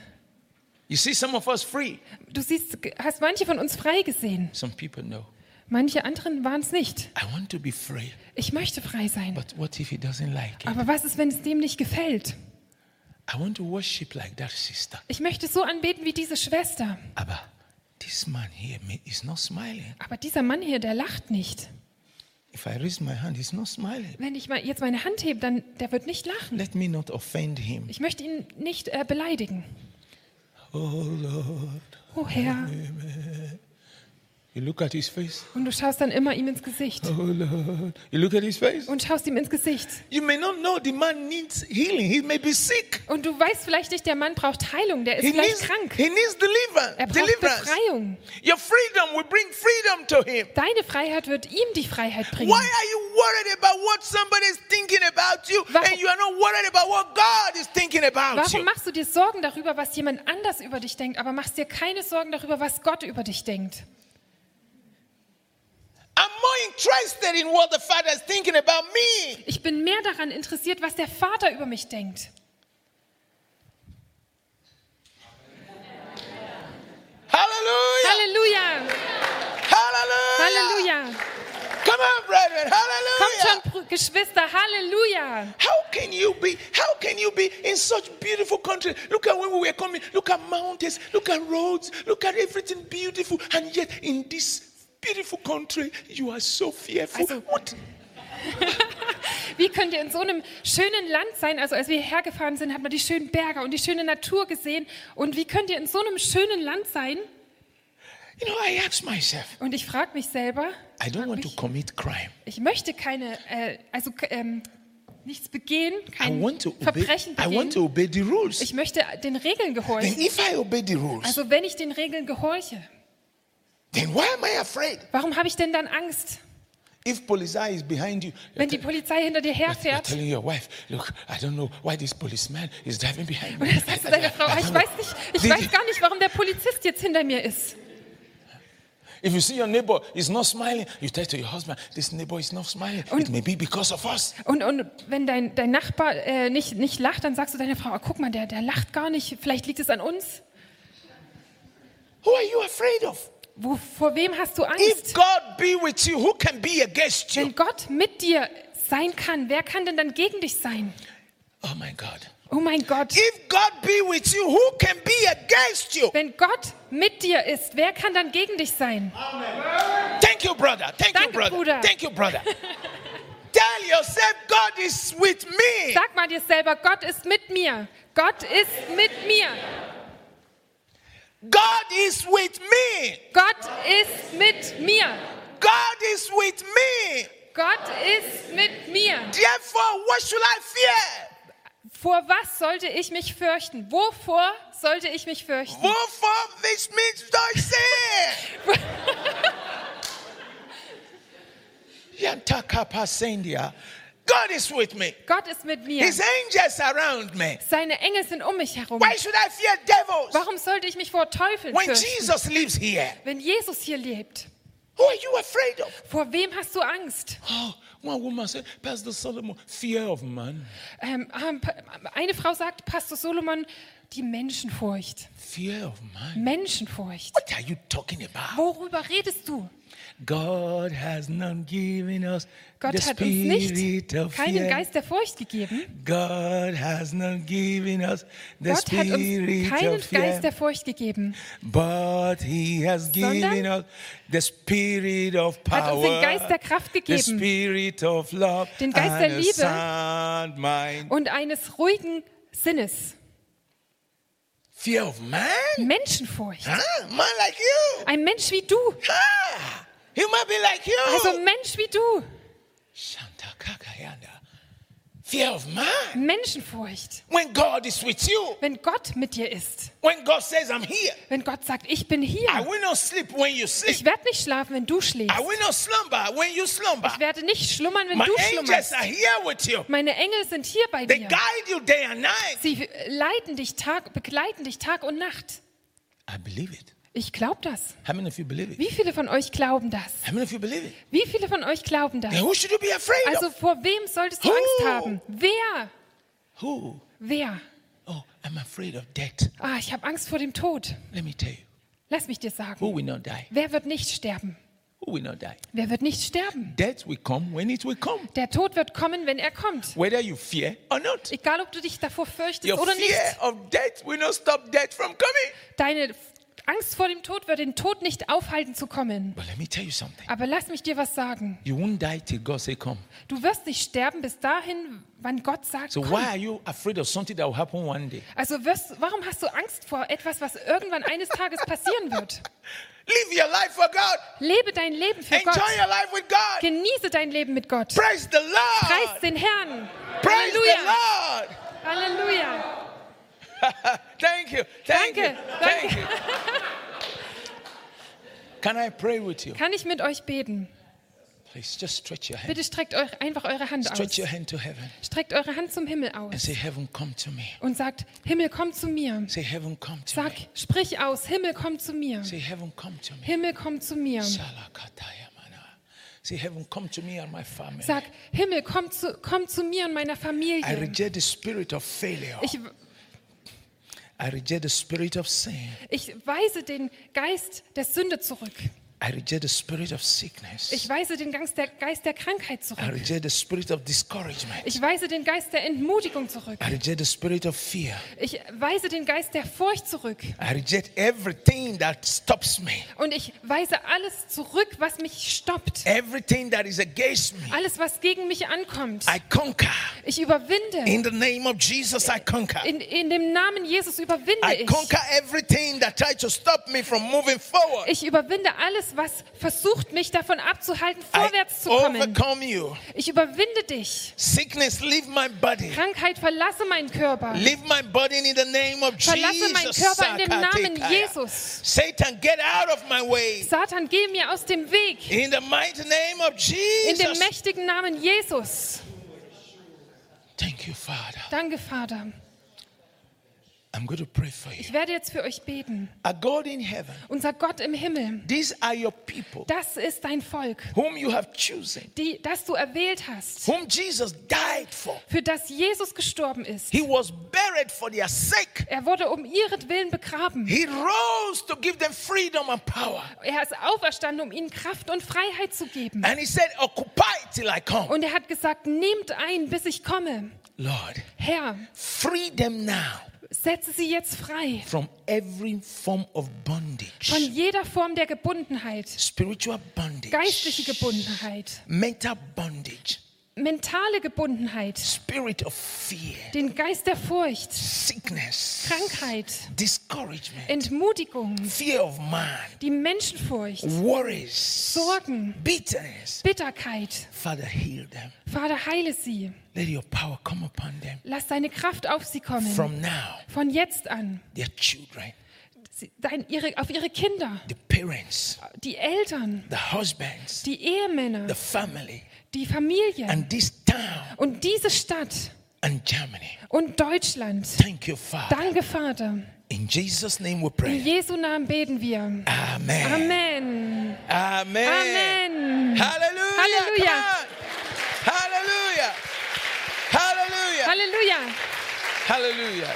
A: You see some of us free.
B: Du siehst, hast manche von uns frei gesehen.
A: Some people know.
B: Manche anderen waren es nicht.
A: I want to be free,
B: Ich möchte frei sein.
A: but what if he doesn't like it?
B: Aber was ist, wenn es dem nicht gefällt?
A: I want to worship like that sister.
B: Ich möchte so anbeten wie diese Schwester.
A: Abba, this man here me- is not smiling.
B: Aber dieser Mann hier, der lacht nicht.
A: If I raise my hand, he's not smiling.
B: Wenn ich mal jetzt meine Hand hebe, dann der wird nicht lachen.
A: Let me not offend him.
B: Ich möchte ihn nicht äh, beleidigen.
A: Oh Lord.
B: Oh Herr.
A: You look at his face.
B: Und du schaust dann immer ihm ins Gesicht.
A: Oh Lord. You look at his face.
B: Und schaust ihm ins Gesicht.
A: You may not know the man needs healing. He may be sick.
B: Und du weißt vielleicht nicht, der Mann braucht Heilung, der ist
A: He needs,
B: vielleicht krank.
A: he needs
B: Er
A: deliverance.
B: braucht
A: deliverance.
B: Befreiung.
A: Your freedom will bring freedom to him.
B: Deine Freiheit wird ihm die Freiheit bringen.
A: Why are you worried about what somebody is thinking about you
B: Warum-
A: and you are not worried about what God is thinking about
B: Warum
A: you?
B: machst du dir Sorgen darüber, was jemand anders über dich denkt, aber machst dir keine Sorgen darüber, was Gott über dich denkt?
A: I'm more interested in what the Father is thinking about me.
B: Ich bin mehr daran interessiert, was der Vater über mich denkt.
A: Hallelujah!
B: Halleluja!
A: Hallelujah!
B: Halleluja!
A: Come on, brethren! Hallelujah!
B: Kommt schon, Brü- Geschwister, Halleluja!
A: How can you be? How can you be in such beautiful country? Look at when we were coming. Look at mountains. Look at roads. Look at everything beautiful. And yet, in this beautiful country, you are so fearful.
B: Also-
A: what?
B: Wie könnt ihr in so einem schönen Land sein? Also als wir hergefahren sind, hat man die schönen Berge und die schöne Natur gesehen. Und wie könnt ihr in so einem schönen Land sein?
A: You know, I ask myself.
B: Und ich frage mich selber,
A: I don't want to
B: mich-
A: commit crime.
B: ich möchte keine, äh, also k- ähm, nichts begehen,
A: I
B: kein
A: want to obey.
B: Verbrechen
A: I want to obey
B: begehen.
A: the rules.
B: Ich möchte den
A: Then,
B: Regeln gehorchen.
A: if I obey the rules,
B: Also wenn ich den Regeln gehorche,
A: then why am I afraid?
B: warum habe ich denn dann Angst,
A: If police is behind you,
B: wenn die Polizei hinter dir
A: You're
B: herfährt?
A: telling your wife, look, I don't know why this policeman is driving behind me.
B: Und das sagst du deiner Frau,
A: I
B: "Ah, ich
A: don't know."
B: weiß nicht, ich
A: Did
B: weiß
A: you-
B: gar nicht, warum der Polizist jetzt hinter mir ist.
A: If you see your neighbor is not smiling, you tell to your husband, this neighbor is not smiling. it may be because of us.
B: Und, und wenn dein, dein Nachbar äh, nicht, nicht lacht, dann sagst du deiner Frau, "Ah, guck mal, der, der lacht gar nicht, vielleicht liegt es an uns.
A: Who are you afraid of?
B: Wo, vor wem hast du
A: If
B: Angst?
A: God be with you, who can be against you?
B: Wenn Gott mit dir sein kann, wer kann denn dann gegen dich sein?
A: Oh my God.
B: Oh mein Gott,
A: If God be with you, who can be against you?
B: wenn Gott mit dir ist, wer kann dann gegen dich sein?
A: Thank you, brother. Thank you,
B: Danke,
A: brother.
B: Bruder.
A: Thank you, brother. Tell yourself, God is with me.
B: Sag mal dir selber, Gott ist mit mir. Gott ist mit mir.
A: God is with me.
B: Gott ist mit mir.
A: God is with me.
B: Gott ist mit mir.
A: Therefore, what should I fear?
B: Vor was sollte ich mich fürchten? Wovor sollte ich mich fürchten?
A: Wherefore this means don't say. Yantakapasendia. God is with me.
B: Gott ist mit mir.
A: His angels around me.
B: Seine Engel sind um mich herum.
A: Why should I fear devils?
B: Warum sollte ich mich vor Teufeln
A: When
B: fürchten,
A: Jesus lives here,
B: wenn Jesus hier lebt?
A: who are you afraid of?
B: Vor wem hast du Angst?
A: Oh, one woman said, Pastor Solomon, fear of man,
B: Ähm, ähm, pa- eine Frau sagt, Pastor Solomon, die Menschenfurcht.
A: fear of man.
B: Menschenfurcht.
A: What are you talking about?
B: Worüber redest du?
A: God has not given us
B: Gott
A: the
B: hat uns nicht
A: spirit of
B: keinen
A: fear.
B: Geist der Furcht gegeben.
A: God has not given us the
B: Gott hat uns
A: spirit
B: keinen
A: of fear,
B: Geist der Furcht gegeben,
A: but He has given us the spirit of power,
B: Hat uns den Geist der Kraft
A: the
B: gegeben.
A: spirit of love,
B: Den Geist
A: and
B: der
A: a
B: Liebe.
A: sound mind.
B: und eines ruhigen Sinnes.
A: Fear of man?
B: Menschenfurcht.
A: Huh? Man like you?
B: Ein Mensch wie du.
A: Huh? He might be like you.
B: Also ein Mensch wie du.
A: Shanta kakayanda. Fear of man.
B: Menschenfurcht.
A: When God is with you,
B: Wenn Gott mit dir ist.
A: when God says, I'm here,
B: Wenn Gott sagt, ich bin
A: I
B: hier.
A: will not sleep when you
B: Ich
A: sleep.
B: werde nicht schlafen, wenn du schläfst.
A: I will not slumber when you slumber.
B: Ich werde nicht schlummern, wenn
A: My
B: du
A: angels
B: schlummerst.
A: are here with you.
B: Meine Engel sind hier bei
A: They
B: dir.
A: guide you day and night.
B: Sie leiten dich Tag, begleiten dich Tag und Nacht.
A: I believe it.
B: Ich glaube das.
A: How many of you believe it?
B: Wie viele von euch glauben das?
A: How many of you believe it?
B: Wie viele von euch glauben das?
A: Then who should you be afraid
B: Also
A: of?
B: vor wem solltest du
A: Who?
B: Angst haben? Wer?
A: Who?
B: Wer?
A: Oh, I'm afraid of death.
B: Ah, ich habe Angst vor dem Tod.
A: Let me tell you.
B: Lass mich dir sagen.
A: Who will not die?
B: Wer wird nicht sterben?
A: Who will not die?
B: Wer wird nicht sterben?
A: Death will come when it will come,
B: Der Tod wird kommen, wenn er kommt.
A: whether you fear or not.
B: Egal, ob du dich davor fürchtest
A: Your
B: oder nicht.
A: fear of death will not stop death from coming.
B: Deine Angst vor dem Tod wird den Tod nicht aufhalten zu kommen.
A: But let me tell you something.
B: Aber lass mich dir was sagen.
A: You won't die till God say come.
B: Du wirst nicht sterben bis dahin, wann Gott sagt,
A: So
B: komm.
A: why are you afraid of something that will happen one day?
B: Also wirst, warum hast du Angst vor etwas, was irgendwann eines Tages passieren wird?
A: Live your life for God.
B: Lebe dein Leben für
A: Enjoy
B: Gott.
A: your life with God.
B: Genieße dein Leben mit Gott.
A: Praise the
B: Preis
A: Lord.
B: den Herrn.
A: Praise the
B: Halleluja.
A: Lord.
B: Halleluja.
A: Thank you. Thank you.
B: Danke,
A: Thank you. Can I pray with you?
B: Kann ich mit euch beten?
A: Please just stretch your hand.
B: Bitte streckt euch einfach eure Hand
A: Stretch your
B: aus.
A: hand to heaven
B: Streckt eure Hand zum Himmel
A: and
B: aus
A: say, Heaven, come to me.
B: und sagt, Himmel, komm zu mir.
A: Say, Heaven, come to
B: Sag,
A: me.
B: sprich aus, Himmel, komm zu mir.
A: Say, Heaven, come to me.
B: Himmel, komm zu mir.
A: Shalakatayamana. Say, Heaven, come to me and my family.
B: Sag, Himmel, komm zu, komm zu mir und meiner
A: I
B: Familie.
A: reject the spirit of failure.
B: Ich,
A: I reject the spirit of sin.
B: ich weise den Geist der Sünde zurück.
A: I reject the spirit of
B: Ich
A: sickness.
B: weise den Geist der, Geist der Krankheit
A: I
B: zurück.
A: reject the spirit of discouragement.
B: Ich weise den Geist der Entmutigung zurück.
A: I reject the spirit of fear.
B: Ich weise den Geist der Furcht zurück.
A: I reject everything that stops me,
B: Und ich weise alles zurück, was mich stoppt.
A: everything that is against me.
B: Alles, was gegen mich ankommt.
A: I conquer.
B: Ich überwinde.
A: In the name of Jesus, I conquer.
B: In, in dem Namen Jesus überwinde
A: I
B: ich.
A: conquer everything that tried to stop me from moving forward.
B: Ich überwinde alles, was versucht, mich davon abzuhalten,
A: I
B: vorwärts zu kommen.
A: overcome you.
B: Ich überwinde dich.
A: Sickness, leave my body.
B: Krankheit, verlasse meinen Körper.
A: Leave my body in the name of
B: Verlasse meinen
A: Jesus.
B: Körper in dem Namen
A: Sakatikaya.
B: Jesus.
A: Satan, get out of my way.
B: Satan, gehe mir aus dem Weg.
A: In the mighty name of
B: In dem
A: Jesus.
B: mächtigen Namen Jesus.
A: Thank you, Father.
B: Danke, Vater.
A: I'm going to pray for you.
B: Ich werde jetzt für euch beten.
A: Our God in heaven,
B: Unser Gott im Himmel,
A: these are your people
B: das ist dein Volk,
A: whom you have chosen,
B: die, das du erwählt hast,
A: whom Jesus died for.
B: für das Jesus gestorben ist.
A: He was buried for their sake.
B: Er wurde um ihretwillen begraben.
A: He rose to give them freedom and power.
B: Er ist auferstanden, um ihnen Kraft und Freiheit zu geben.
A: And he said, Occupy till I come.
B: Und er hat gesagt, nehmt ein, bis ich komme.
A: Lord,
B: Herr,
A: free them now
B: setze sie jetzt frei
A: from every form of
B: von
A: bondage
B: jeder Form der Gebundenheit,
A: spiritual bondage,
B: geistliche Gebundenheit,
A: mental bondage,
B: mentale Gebundenheit,
A: spirit of fear,
B: den Geist der Furcht,
A: sickness,
B: Krankheit,
A: discouragement,
B: Entmutigung,
A: fear of man,
B: die Menschenfurcht,
A: worries,
B: Sorgen,
A: bitterness.
B: Bitterkeit.
A: Father, heal them.
B: Vater, heile sie.
A: Let your power come upon them.
B: Lass deine Kraft auf sie kommen.
A: From now,
B: Von jetzt an.
A: their children,
B: Sie, dein, ihre, auf ihre Kinder,
A: the parents,
B: die Eltern,
A: the husbands,
B: die Ehemänner,
A: the family,
B: die Familie
A: and this town
B: und diese Stadt
A: and Germany.
B: und Deutschland.
A: Thank you, Father.
B: Danke, Vater.
A: In Jesus' name we
B: In
A: pray.
B: Jesu Namen beten wir.
A: Amen.
B: Amen.
A: Amen.
B: Amen.
A: Hallelujah.
B: Hallelujah.
A: Come on. Hallelujah. Hallelujah.
B: Halleluja.
A: Hallelujah.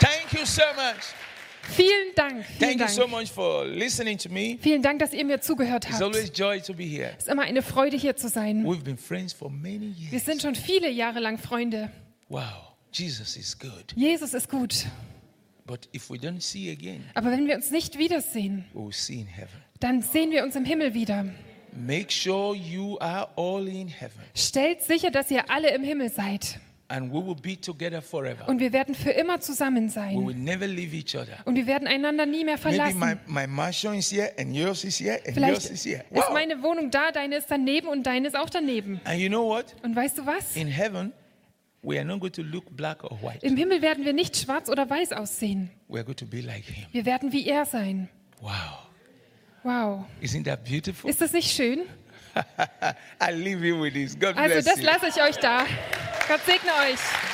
A: Thank you so much.
B: Vielen Dank. Vielen
A: Thank you so
B: Dank.
A: much for listening to me.
B: Vielen Dank, dass ihr mir zugehört
A: It's
B: habt.
A: always
B: Es
A: joy to be here.
B: ist immer eine Freude, hier zu sein.
A: We've been friends for many
B: Wir
A: years.
B: sind schon viele Jahre lang Freunde.
A: Wow. Jesus is good.
B: Jesus ist gut.
A: But if we don't see again,
B: Aber wenn wir uns nicht wiedersehen,
A: we will see in heaven.
B: dann sehen wir uns im Himmel wieder.
A: Make sure you are all in heaven
B: Stellt sicher, dass ihr alle im Himmel seid.
A: and we will be together forever.
B: Und wir werden für immer zusammen
A: We
B: sein.
A: will never leave each other.
B: Und wir werden einander nie mehr
A: Maybe my,
B: verlassen.
A: my mansion is here and yours is here and
B: Vielleicht
A: yours is here.
B: ist
A: Wow.
B: meine Wohnung da, deine ist daneben und deine ist auch daneben.
A: And you know what?
B: Und weißt du was?
A: In heaven, we are not going to look black or white.
B: Im Himmel werden wir nicht schwarz oder weiß aussehen.
A: We are going to be like him.
B: Wir werden wie er sein.
A: Wow.
B: Wow.
A: Isn't that beautiful?
B: Ist das nicht schön?
A: I leave you with this. God
B: Also
A: bless
B: das
A: you.
B: lasse ich euch da. Gott segne euch.